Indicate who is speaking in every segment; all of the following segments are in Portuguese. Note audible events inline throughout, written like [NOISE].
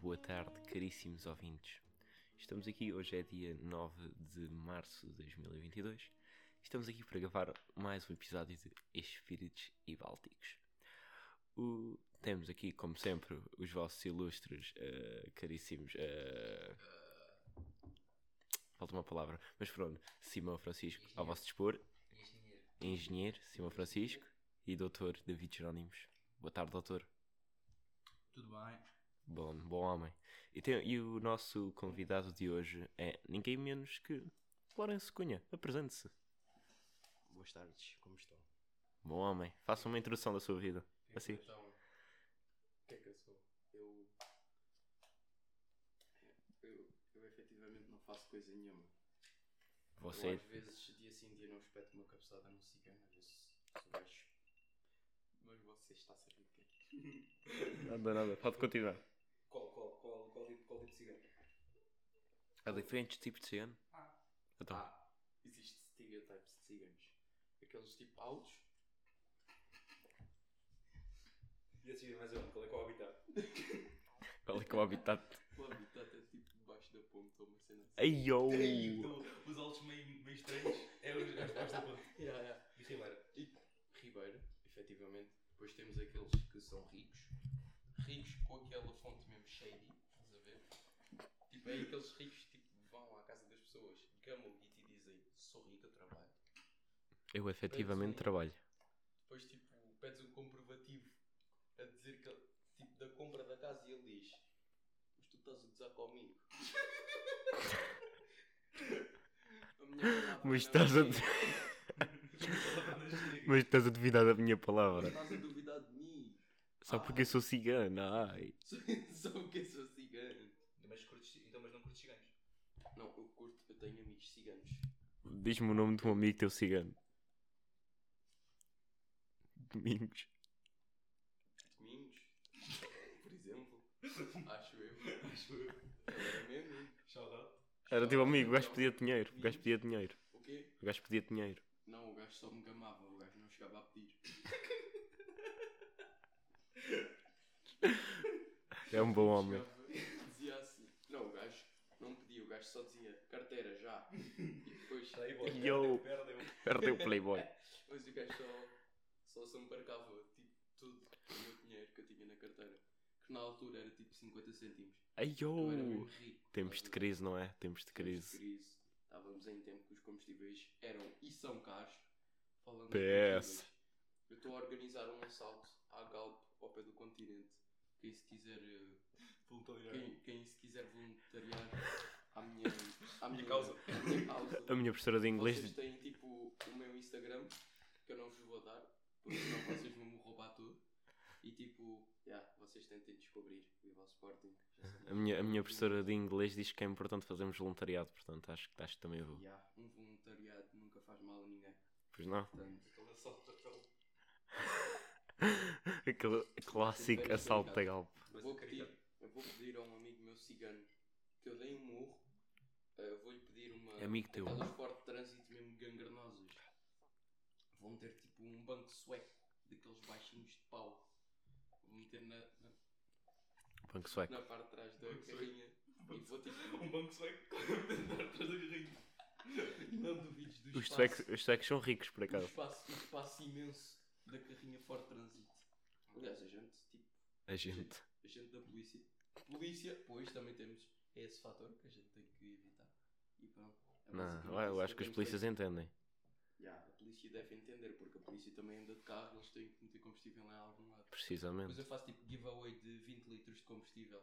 Speaker 1: boa tarde, caríssimos ouvintes. Estamos aqui, hoje é dia 9 de março de 2022. Estamos aqui para gravar mais um episódio de Espíritos e Bálticos. O- Temos aqui, como sempre, os vossos ilustres, eh, caríssimos. eh, Falta uma palavra, mas pronto, Simão Francisco, ao vosso dispor,
Speaker 2: Engenheiro.
Speaker 1: engenheiro Simão Francisco e doutor David Jerónimos. Boa tarde, doutor.
Speaker 2: Tudo bem?
Speaker 1: Bom, bom homem. E, tem- e o nosso convidado de hoje é ninguém menos que Lourenço Cunha. Apresente-se.
Speaker 3: Boas tardes, como estão?
Speaker 1: Bom homem. Faça uma introdução da sua vida. Assim.
Speaker 3: Então, o que é que eu sou? Eu. Eu, eu efetivamente não faço coisa nenhuma. Eu
Speaker 1: Você
Speaker 3: às vezes, dia sim, dia não, espeto uma cabeçada num cigano, às vezes sou baixo. Mas você está a saber o que
Speaker 1: Nada, nada. Pode continuar.
Speaker 2: Qual, qual, qual, qual, tipo, qual tipo de cigano?
Speaker 1: Há diferentes tipos de cigano?
Speaker 2: Ah.
Speaker 1: Então,
Speaker 3: Ah, existe stereotypes de ciganos. Aqueles tipo altos,
Speaker 2: E esse cigano mais ou menos, qual é qual habitar?
Speaker 1: qual é que é o habitat?
Speaker 3: o habitat é tipo debaixo da ponte ou uma cena assim.
Speaker 1: Ai, yo!
Speaker 2: Então, os altos meio, meio estranhos é os é os pais da ponte.
Speaker 3: [LAUGHS]
Speaker 2: é
Speaker 3: Yeah, yeah.
Speaker 2: E Ribeira?
Speaker 3: E Ribeiro, efetivamente. Depois temos aqueles que são ricos. Ricos com aquela fonte mesmo shady, estás a ver? Tipo, é aqueles ricos que tipo, vão à casa das pessoas, gamam e te dizem sou rico, eu trabalho.
Speaker 1: Eu efetivamente
Speaker 3: Sim.
Speaker 1: trabalho.
Speaker 3: Depois, tipo, pedes um comprovativo a dizer que ele- tipo, da compra da casa e ele diz mas tu estás a gozar comigo. [LAUGHS] A minha palavra
Speaker 1: Mas
Speaker 3: não é
Speaker 1: estás a-
Speaker 3: [LAUGHS] chega.
Speaker 1: Mas estás a duvidar da minha palavra.
Speaker 3: Estás a duvidar de mim. [LAUGHS]
Speaker 1: Só porque eu sou cigano. Ai.
Speaker 3: Só só porque sou cigano.
Speaker 2: Mas curtes, então, mas não curtes ciganos?
Speaker 3: Não, eu curto, eu tenho amigos ciganos.
Speaker 1: Diz-me o nome de um amigo teu cigano. Domingos.
Speaker 3: Domingos, [LAUGHS] por exemplo. Acho eu, acho eu. Ele era meu amigo.
Speaker 2: Shout
Speaker 1: Era teu amigo, o gajo pedia dinheiro. O gajo pedia dinheiro.
Speaker 3: O quê?
Speaker 1: O gajo pedia dinheiro.
Speaker 3: Não, o gajo só me gamava, o gajo não chegava a pedir.
Speaker 1: É um bom [LAUGHS] homem.
Speaker 3: Chegava, [LAUGHS] dizia assim. Não, o gajo não pedia, o gajo só dizia carteira já. E depois.
Speaker 2: Está Tá aí, boa.
Speaker 1: Yo.
Speaker 2: Perdeu.
Speaker 1: Perdeu o Playboy.
Speaker 3: Mas o gajo só, só se embarcava, tipo, tudo o meu dinheiro que eu tinha na carteira. Que na altura era tipo 50 cêntimos.
Speaker 1: Ai,
Speaker 3: Eu era mesmo
Speaker 1: yo!
Speaker 3: rico.
Speaker 1: Tempos de crise, não é? Tempos de
Speaker 3: Tempos de
Speaker 1: crise.
Speaker 3: crise. Estávamos em tempo que os combustíveis eram e são caros. Falando em
Speaker 1: PS.
Speaker 3: combustíveis, Eu estou a organizar um assalto à Galp ao pé do continente. Quem se quiser, eh,
Speaker 2: Voluntário.
Speaker 3: quem, quem se quiser voluntariar à minha,
Speaker 1: [LAUGHS]
Speaker 3: à minha,
Speaker 2: causa.
Speaker 3: [LAUGHS] à minha causa.
Speaker 1: A minha professora de
Speaker 3: Vocês
Speaker 1: inglês.
Speaker 3: têm tipo o meu Instagram que eu não vos vou dar porque senão vocês vão me roubar tudo. E tipo, yeah, vocês tentem descobrir. Viva o Sporting. Já sabem.
Speaker 1: A minha, a minha professora de inglês diz que é importante fazermos voluntariado, portanto acho, que- acho que também vou.
Speaker 3: Yeah, um voluntariado nunca faz mal a ninguém.
Speaker 1: Pois não?
Speaker 3: Portanto,
Speaker 2: Aquele assalto de chapéu.
Speaker 1: [LAUGHS] Aquele clássico assalto da Galp.
Speaker 3: eu
Speaker 2: Mas
Speaker 3: vou,
Speaker 2: eu queria-
Speaker 3: pedir, eu vou pedir a um amigo meu cigano que eu dei um murro. eh, Vou-lhe pedir uma.
Speaker 1: É Amigo teu.
Speaker 3: Aquelas forte de trânsito mesmo gangrenosas. Vão ter tipo um banco sueco daqueles baixinhos de pau. Vou meter na, na,
Speaker 1: Banco sueco.
Speaker 3: na parte de trás da
Speaker 2: Banco sueco.
Speaker 3: carrinha e vou tipo.
Speaker 2: Um banco sueco. Andar [LAUGHS] atrás da garrinha.
Speaker 3: Não duvides do
Speaker 1: Os
Speaker 3: espaço.
Speaker 1: suecos, os suecos são ricos, por
Speaker 3: do
Speaker 1: acaso.
Speaker 3: espaço, do espaço imenso da carrinha forte de trânsito. Aliás, a gente, tipo.
Speaker 1: A gente.
Speaker 3: A gente da polícia. Polícia, pois também temos esse fator que a gente tem que evitar. E pronto. É basicamente
Speaker 1: Não, eu
Speaker 3: isso
Speaker 1: acho que os
Speaker 3: temos
Speaker 1: polícias
Speaker 3: feito.
Speaker 1: entendem.
Speaker 3: Ya, a polícia deve entender, porque a polícia também anda de carro, eles têm que meter combustível em algum lado. Depois
Speaker 1: Precisamente.
Speaker 3: eu faço tipo giveaway de 20 litros de combustível.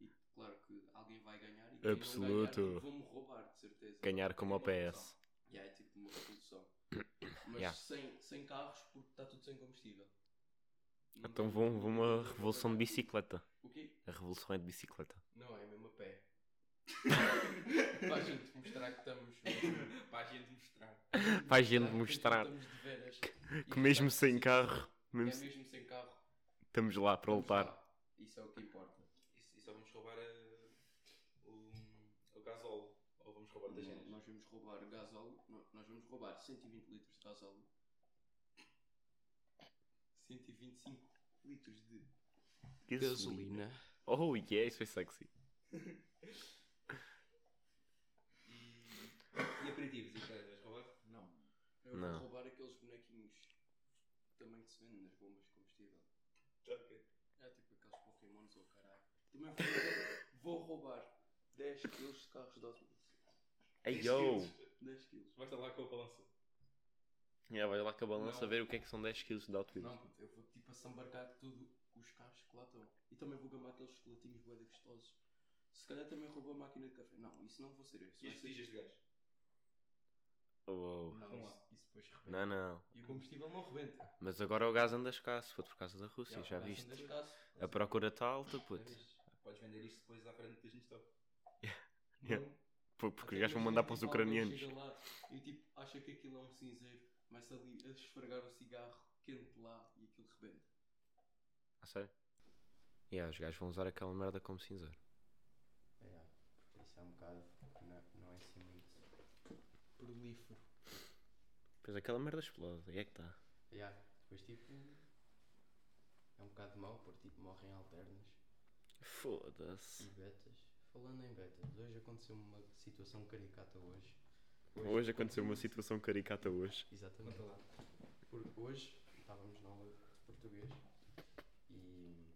Speaker 3: E claro que alguém vai ganhar e quem
Speaker 1: Absoluto.
Speaker 3: não ganhar, tipo, vão-me roubar, de certeza.
Speaker 1: Ganhar como ao PS.
Speaker 3: Ya, é tipo
Speaker 1: [COUGHS]
Speaker 3: uma revolução. Mas
Speaker 1: Ya.
Speaker 3: sem, sem carros, porque está tudo sem combustível. Não
Speaker 1: Então
Speaker 3: tem-
Speaker 1: vão, vão uma
Speaker 3: não tem-
Speaker 1: revolução de bicicleta.
Speaker 3: O quê?
Speaker 1: A revolução é de bicicleta.
Speaker 3: Não, é mesmo a [LAUGHS] pé. Para a gente mostrar que estamos. Para a gente mostrar.
Speaker 1: Para a gente mostrar
Speaker 3: Estamos de veras.
Speaker 1: que mesmo sem carro,
Speaker 3: É
Speaker 1: mesmo se-
Speaker 3: mesmo sem carro.
Speaker 1: estamos lá para
Speaker 3: vamos
Speaker 1: lutar.
Speaker 3: lá. Isso é o que importa. é
Speaker 2: E e só vamos roubar a- o, Um, o gasol. Ou vamos roubar das cenas.
Speaker 3: Nós vamos roubar gasóleo. no- Nós vamos roubar 120 litros de gasóleo. 125 litros de
Speaker 1: Gasolina. Oh, yeah, isso foi sexy.
Speaker 2: E, e aperitivos, e coisas, vais roubar?
Speaker 3: Não. Eu
Speaker 1: Não.
Speaker 3: vou É roubar aqueles bonequinhos também que se vendem nas bombas de combustível.
Speaker 2: Ok.
Speaker 3: É tipo aqueles pokémons ou caralho. Também vou, vou roubar 10 quilos de carros de automoção.
Speaker 1: Ei, yo!
Speaker 3: 10 quilos.
Speaker 2: Vai estar lá com a balança.
Speaker 1: Yeah, vai lá com a balança
Speaker 3: Não.
Speaker 1: ver o que é que são 10kg de outfit.
Speaker 3: Não, puto, eu vou tipo assambarcar tudo com os carros que lá estão. E também vou gamar aqueles chocolatinhos bué de gostosos. Se calhar também roubou a máquina de café. Não, isso não vou ser eu. Isso
Speaker 2: E
Speaker 3: vai
Speaker 2: as
Speaker 3: ser...
Speaker 2: botijas de gás?
Speaker 1: Oh.
Speaker 3: Não,
Speaker 2: Vamos lá.
Speaker 3: isso, isso depois rebenta.
Speaker 1: Não, não.
Speaker 3: E o combustível não rebenta.
Speaker 1: Mas agora o gás anda escasso, foi por causa da Rússia, já viste? Ah, A procura está
Speaker 3: É
Speaker 1: alta, puto.
Speaker 2: Podes vender isto depois à frente das Nistop.
Speaker 1: [LAUGHS] Yeah. Por- Porque os gajos vão mandar para os ucranianos.
Speaker 3: Chega lá e tipo, acha que aquilo é um cinzeiro, começa ali a esfregar o cigarro quente lá e aquilo rebenta.
Speaker 1: Ah, sério? Yeah, os gajos vão usar aquela merda como cinzeiro.
Speaker 3: Isso é um bocado. Não, não é assim muito. Prolífero.
Speaker 1: Pois aquela merda explode, aí é que está.
Speaker 3: Yeah. Depois tipo. É um bocado mau porque tipo morrem alternas e
Speaker 1: Foda-se.
Speaker 3: betas. Falando em betas, hoje aconteceu uma situação caricata hoje.
Speaker 1: Hoje aconteceu uma situação caricata hoje.
Speaker 3: Exatamente.
Speaker 2: Conta lá.
Speaker 3: Porque hoje estávamos na aula de português e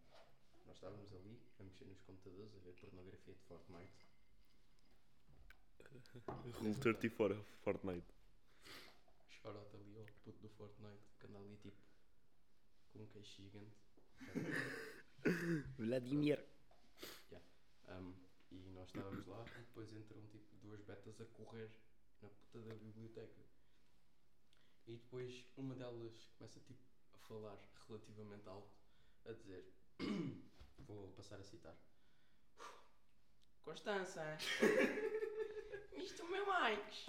Speaker 3: nós estávamos ali a mexer nos computadores a ver pornografia de Fortnite.
Speaker 1: Rule 34 Fortnite.
Speaker 3: Chorota ali ao puto do Fortnite que anda ali tipo com um queixo gigante.
Speaker 1: Vladimir.
Speaker 3: Um, e nós estávamos lá e depois entram tipo duas betas a correr na puta da biblioteca. E depois uma delas começa tipo a falar relativamente alto, a dizer: [COUGHS] Vou passar a citar. [LAUGHS] Constança! Isto é o meu likes!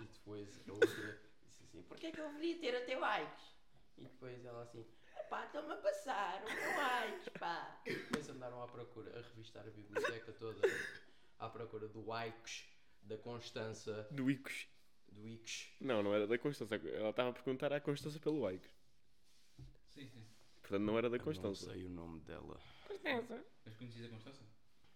Speaker 3: E depois a outra disse assim: Porquê é que eu deveria ter até likes? E depois ela assim: Pá, estão-me a passar, o meu likes, pá! E depois andaram à procura, a revistar a biblioteca toda, à procura do likes, da Constança,
Speaker 1: Do Icos.
Speaker 3: do Ix.
Speaker 1: Não, não era da Constança. Ela estava a perguntar à Constança pelo Icos.
Speaker 2: Sim, sim.
Speaker 1: Portanto, não era da
Speaker 3: Não
Speaker 1: Constança.
Speaker 3: sei o nome dela.
Speaker 2: Mas conheces a Constança?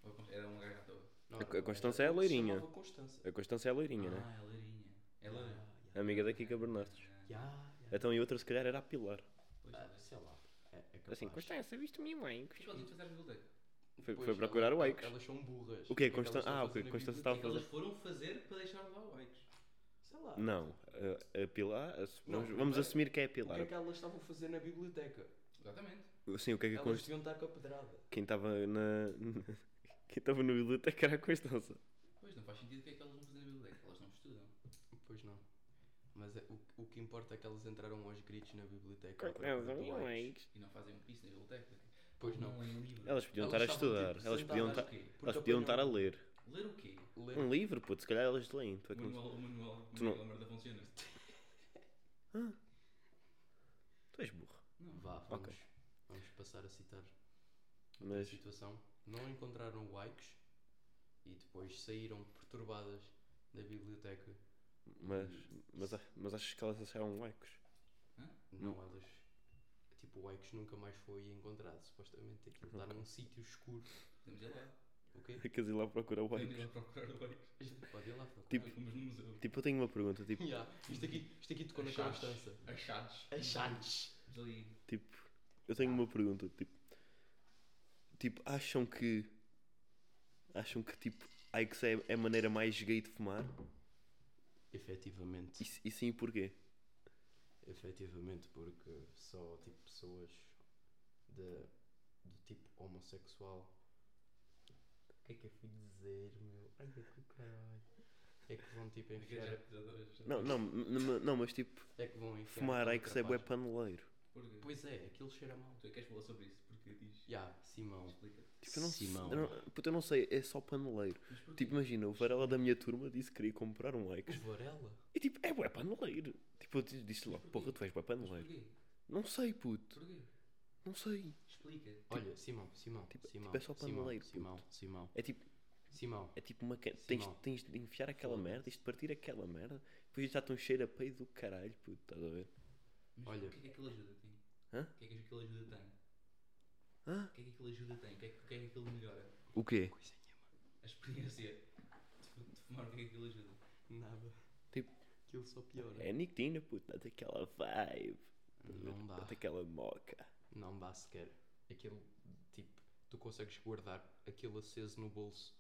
Speaker 2: Ou a Const- Era uma gaja à toa.
Speaker 3: Não,
Speaker 1: A- a
Speaker 3: não era.
Speaker 1: Constança é a
Speaker 3: Ela se
Speaker 1: loirinha.
Speaker 3: chamava Constança.
Speaker 1: A Constança é a loirinha, né?
Speaker 2: Ah, é Leirinha. É Leira.
Speaker 1: Amiga da Kika Bernardes.
Speaker 3: Ya, ya.
Speaker 1: Então e outra se calhar era a Pilar.
Speaker 2: Pois
Speaker 3: Ah,
Speaker 2: é.
Speaker 3: sei lá. É, é capaz.
Speaker 1: Assim, Constança, viste o meu Icos?
Speaker 2: Mas podem fazer a biblioteca.
Speaker 1: Foi-
Speaker 3: Pois,
Speaker 1: foi procurar
Speaker 3: elas-
Speaker 1: o Icos.
Speaker 3: Elas são burras.
Speaker 1: O quê?
Speaker 3: é que elas
Speaker 1: Constan-
Speaker 3: estão a
Speaker 1: ah, o
Speaker 3: Tá, fazer
Speaker 1: quê?
Speaker 3: na
Speaker 1: Constança
Speaker 3: biblioteca?
Speaker 1: estava
Speaker 2: Que eles foram fazer para deixar lá o Icos.
Speaker 3: Sei lá.
Speaker 1: Não, a, a Pilar. a- vamos,
Speaker 3: Não,
Speaker 1: vamos
Speaker 3: é-
Speaker 1: assumir que é a
Speaker 3: O
Speaker 1: Pilar.
Speaker 3: que é que elas estavam a fazer na biblioteca?
Speaker 2: Exatamente.
Speaker 1: Sim, o que é que a
Speaker 3: Elas
Speaker 1: Const...
Speaker 3: deviam estar com a pedrada.
Speaker 1: Quem estava na. [LAUGHS] Quem estava na biblioteca era a Constança.
Speaker 2: Pois, não faz sentido o que é que elas vão fazer na biblioteca. Elas não estudam.
Speaker 3: Pois não. Mas é- o, o que importa é que elas entraram aos gritos na biblioteca. à procura
Speaker 1: Constança,
Speaker 3: do
Speaker 1: meu
Speaker 3: Icos.
Speaker 1: Icos.
Speaker 2: E não é. fazem um piso na biblioteca.
Speaker 3: Pois não.
Speaker 2: Não leem um livros.
Speaker 1: Elas podiam
Speaker 3: Elas
Speaker 1: estar a
Speaker 3: estavam,
Speaker 1: estudar.
Speaker 3: tipo,
Speaker 1: elas podiam estar.
Speaker 3: sentadas.
Speaker 2: O quê?
Speaker 3: Porque um-
Speaker 1: Elas podiam estar a
Speaker 3: apanham-
Speaker 1: ler.
Speaker 2: Ler o quê?
Speaker 3: ler-
Speaker 1: Um livro, puto, se calhar elas leem. Tu é
Speaker 2: O
Speaker 1: que
Speaker 3: Um
Speaker 1: não-
Speaker 2: manual, o manual,
Speaker 1: Tu
Speaker 2: o
Speaker 1: não-
Speaker 2: manual, a merda funciona.
Speaker 1: Tu és burro.
Speaker 2: Não,
Speaker 3: Vá, vamos,
Speaker 1: Ok.
Speaker 3: vamos passar a citar a
Speaker 1: Mas.
Speaker 3: situação. Não encontraram o Icos e depois saíram perturbadas da biblioteca.
Speaker 1: Mas. Mas, a- mas achas que elas acharam Icos?
Speaker 3: Não, elas. Tipo, o Icos nunca mais foi encontrado, supostamente. Aquilo está num sítio escuro.
Speaker 2: Podemos ir lá.
Speaker 3: Ok?
Speaker 1: [LAUGHS] Queres ir lá procurar o
Speaker 2: Podemos
Speaker 1: Icos?
Speaker 2: ir lá procurar o Icos.
Speaker 3: Pode ir lá procurar.
Speaker 1: Tipo-
Speaker 2: Fomos no museu.
Speaker 1: Tipo, eu tenho uma pergunta. Tipo,
Speaker 3: Ya, isto, aqui, isto aqui tocou na
Speaker 2: Achados.
Speaker 3: Constança.
Speaker 2: Achados.
Speaker 1: é
Speaker 3: Achados.
Speaker 2: Vamos ali.
Speaker 1: tipo eu tenho uma pergunta. Tipo, tipo acham que. Acham que, tipo, Icos é é a maneira mais gay de fumar?
Speaker 3: Efetivamente.
Speaker 1: E, s- e sim, porquê?
Speaker 3: Efetivamente, porque só tipo pessoas de, do tipo homossexual. O que é que eu fui dizer, meu? Ai, é que o caralho. É que vão tipo
Speaker 2: Aqui já-
Speaker 3: enfiar.
Speaker 2: já- já-
Speaker 1: Não, não, m- m- não mas tipo,
Speaker 3: É que vão enfiar.
Speaker 1: fumar
Speaker 3: aquele
Speaker 1: Icos é bué
Speaker 3: rapaz.
Speaker 1: paneleiro.
Speaker 2: Porquê?
Speaker 3: Pois é, aquilo cheira mal.
Speaker 2: Tu é que queres falar sobre isso? Porque diz.
Speaker 3: Ya, Simão.
Speaker 2: Explica-te.
Speaker 1: Tipo, eu não, sei-
Speaker 3: Simão.
Speaker 1: eu não, puto, eu não sei, é só paneleiro.
Speaker 2: Mas porquê?
Speaker 1: Tipo, imagina, o varela da minha turma disse que queria comprar um
Speaker 3: O
Speaker 1: Icos.
Speaker 3: Varela?
Speaker 1: E tipo, é bué paneleiro. Tipo, eu disse- disse logo, porra, tu és bué
Speaker 2: Mas
Speaker 1: paneleiro.
Speaker 2: porquê?
Speaker 1: Não sei, puto,
Speaker 2: Porquê?
Speaker 1: não sei.
Speaker 2: Explica.
Speaker 3: Olha, Simão, Simão.
Speaker 1: tipo-
Speaker 3: Simão,
Speaker 1: tipo é só paneleiro,
Speaker 3: Simão, Simão,
Speaker 1: É tipo,
Speaker 3: Simão.
Speaker 1: é tipo uma. ca- Tens,
Speaker 3: Simão.
Speaker 1: tens de enfiar aquela
Speaker 3: Foda-se.
Speaker 1: merda, tens de partir aquela merda, depois já está um cheiro a peido do caralho, puto, estás a ver?
Speaker 2: Mas
Speaker 3: Olha.
Speaker 2: O que é que aquilo ajuda a ti?
Speaker 1: Hã?
Speaker 2: O que é que aquilo ajuda a ti?
Speaker 1: Hã?
Speaker 2: O que é que aquilo ajuda tem? O que é que, o que, é que aquilo melhora?
Speaker 1: O quê?
Speaker 2: A experiência de, fu- de fumar, o que é que aquilo ajuda?
Speaker 3: Nada.
Speaker 1: Tipo-
Speaker 3: Aquilo só piora.
Speaker 1: É nicotina, puto, dá-te aquela vibe,
Speaker 3: Não dá.
Speaker 1: dá-te aquela moca.
Speaker 3: Não dá sequer. Aquele, tipo, tu consegues guardar aquele aceso no bolso.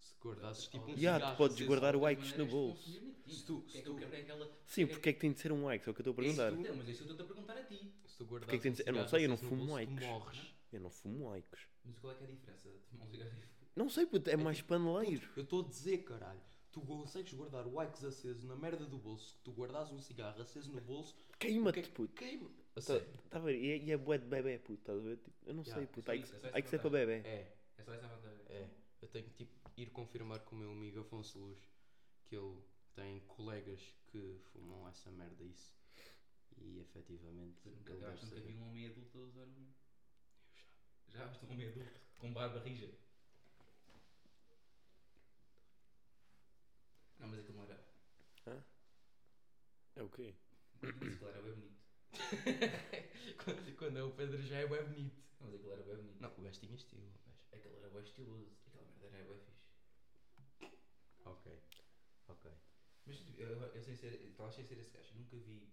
Speaker 3: Se guardasses tipo um
Speaker 2: Já,
Speaker 1: Já,
Speaker 2: tu
Speaker 3: cigarro
Speaker 1: tu podes
Speaker 3: aceso.
Speaker 1: guardar o
Speaker 2: Outras
Speaker 1: Ike's no
Speaker 2: maneiras de
Speaker 1: bolso.
Speaker 2: consumir nicotina.
Speaker 3: Se tu-
Speaker 2: O que é
Speaker 3: se
Speaker 2: que eu
Speaker 3: tu-
Speaker 2: quero é aquela.
Speaker 1: Sim,
Speaker 2: porque é
Speaker 1: porque é que tem de ser um Ike? É o que eu estou a perguntar.
Speaker 2: Não, mas isso eu estou a perguntar a ti.
Speaker 3: Se tu
Speaker 1: Porque é que tem de
Speaker 3: guardasses um
Speaker 1: ser- eu não
Speaker 3: cigarro
Speaker 1: sei, eu não
Speaker 3: aceso no
Speaker 1: fumo
Speaker 3: bolso, tu
Speaker 1: Ike's.
Speaker 3: morres. né?
Speaker 1: Eu não fumo Ike's.
Speaker 2: Mas qual é que é a diferença de fumar um cigarro?
Speaker 1: Não sei, puto, é mais paneleiro.
Speaker 3: Eu estou a dizer, caralho. Tu consegues guardar o Ike's aceso na merda do bolso. Se tu guardas um cigarro aceso no bolso, o que é
Speaker 1: Queima-te,
Speaker 3: que
Speaker 1: puto.
Speaker 3: queima? A
Speaker 1: Tá,
Speaker 3: sério.
Speaker 1: tá a ver? E é, e é bué de bebê, puto, estás a ver? Tipo, eu não
Speaker 3: Ya,
Speaker 1: sei, puto,
Speaker 2: só
Speaker 1: Ike's,
Speaker 2: isso, é só
Speaker 1: Ike's
Speaker 2: essa
Speaker 1: é para
Speaker 2: vantagem.
Speaker 1: bebê.
Speaker 3: É,
Speaker 2: É só essa a vantagem.
Speaker 3: é. Eu tenho que tipo, ir confirmar com o meu amigo Afonso Luz que ele tem colegas que fumam essa merda isso. E efetivamente
Speaker 2: Tu
Speaker 3: ele
Speaker 2: nunca, eu
Speaker 3: deve
Speaker 2: acho que nunca vi
Speaker 3: saber.
Speaker 2: um homem adulto a usar um. Já viste um homem adulto com barba rija? Não, mas aquilo não era.
Speaker 1: É o quê?
Speaker 2: Aquilo era bem bonito.
Speaker 3: quando, [LAUGHS] quando é o Pedro já é bem bonito.
Speaker 2: Não, mas aquilo era bem bonito.
Speaker 3: Não, o gajo tinha estilo. o gajo.
Speaker 2: Aquilo era bem estiloso. Aquela merda era bem fixe.
Speaker 3: Ok. Ok.
Speaker 2: Mas tipo, eu, eu sei ser, eu estava a ser esse gajo. Eu nunca vi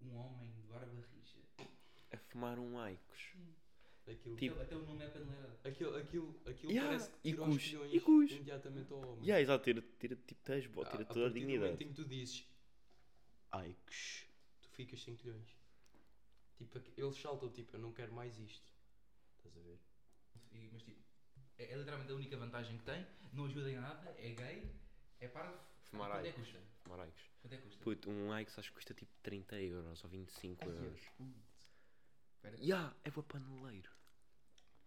Speaker 2: um homem de barba rija.
Speaker 1: A fumar um Ike's.
Speaker 3: Aquilo,
Speaker 1: Tipo-
Speaker 2: Até, até o nome é paneleirado.
Speaker 3: aquilo, aquilo, aquilo
Speaker 1: Yeah,
Speaker 3: parece que
Speaker 1: e
Speaker 3: tira os
Speaker 1: cus,
Speaker 3: filhões
Speaker 1: e cus.
Speaker 3: imediatamente ao homem.
Speaker 1: E yeah, exato, tira, tira tipo tasbo,
Speaker 3: A-
Speaker 1: tira toda
Speaker 3: a
Speaker 1: a
Speaker 3: partir do momento
Speaker 1: dignidade.
Speaker 3: em que tu dizes Aikos, tu ficas sem colhões. Tipo, aqu- eles saltam, tipo, eu não quero mais isto. Estás a ver?
Speaker 2: E- mas tipo, é, é literalmente a única vantagem que tem. Não ajuda em nada. É gay. É parvo.
Speaker 1: Fumar
Speaker 2: Quanto é que
Speaker 1: Ike's.
Speaker 2: custa?
Speaker 1: Fumar Ike's.
Speaker 2: Quanto é que custa?
Speaker 1: Puto, um Ike's acho que custa tipo 30 euros ou 25
Speaker 2: Ai,
Speaker 1: euros.
Speaker 2: Espera.
Speaker 1: Ya, yeah, é bué paneleiro.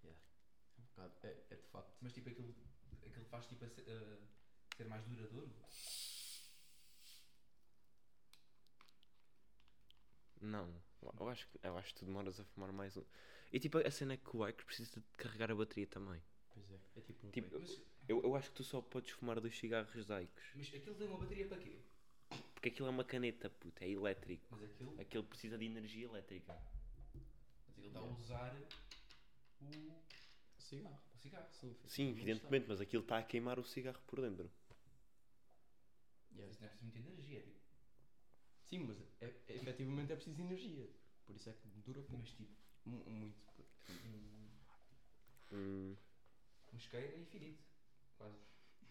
Speaker 2: um
Speaker 3: É, de facto.
Speaker 2: Mas tipo, aquilo, aquilo faz tipo a ser, eh, ser mais duradouro.
Speaker 1: Não, eu acho, que, eu acho que tu demoras a fumar mais um. E tipo, a cena é que o Ike's precisa de carregar a bateria também.
Speaker 3: Pois é, é tipo um
Speaker 1: Tipo,
Speaker 3: coelho.
Speaker 2: Mas,
Speaker 1: Eu, eu acho que tu só podes fumar dois cigarros de Ike's.
Speaker 2: mas aquilo tem uma bateria para quê?
Speaker 1: Porque aquilo é uma caneta, puto, é elétrico.
Speaker 2: Mas aquilo, mas
Speaker 1: Aquilo precisa de energia elétrica.
Speaker 2: aquilo está a usar o,
Speaker 3: cigarro.
Speaker 2: o cigarro.
Speaker 3: Sim,
Speaker 1: Sim,
Speaker 3: efetivamente
Speaker 1: evidentemente, mas aquilo está a queimar o cigarro por dentro.
Speaker 3: está. Yeah.
Speaker 2: Isso não é preciso muita energia. Tipo.
Speaker 3: Sim, mas é, é- efetivamente é preciso energia. Por isso é que dura pouco.
Speaker 2: Mas tipo,
Speaker 3: Mu- Muito. pouco.
Speaker 2: um,
Speaker 1: Hum,
Speaker 2: um isqueiro é infinito. Quase.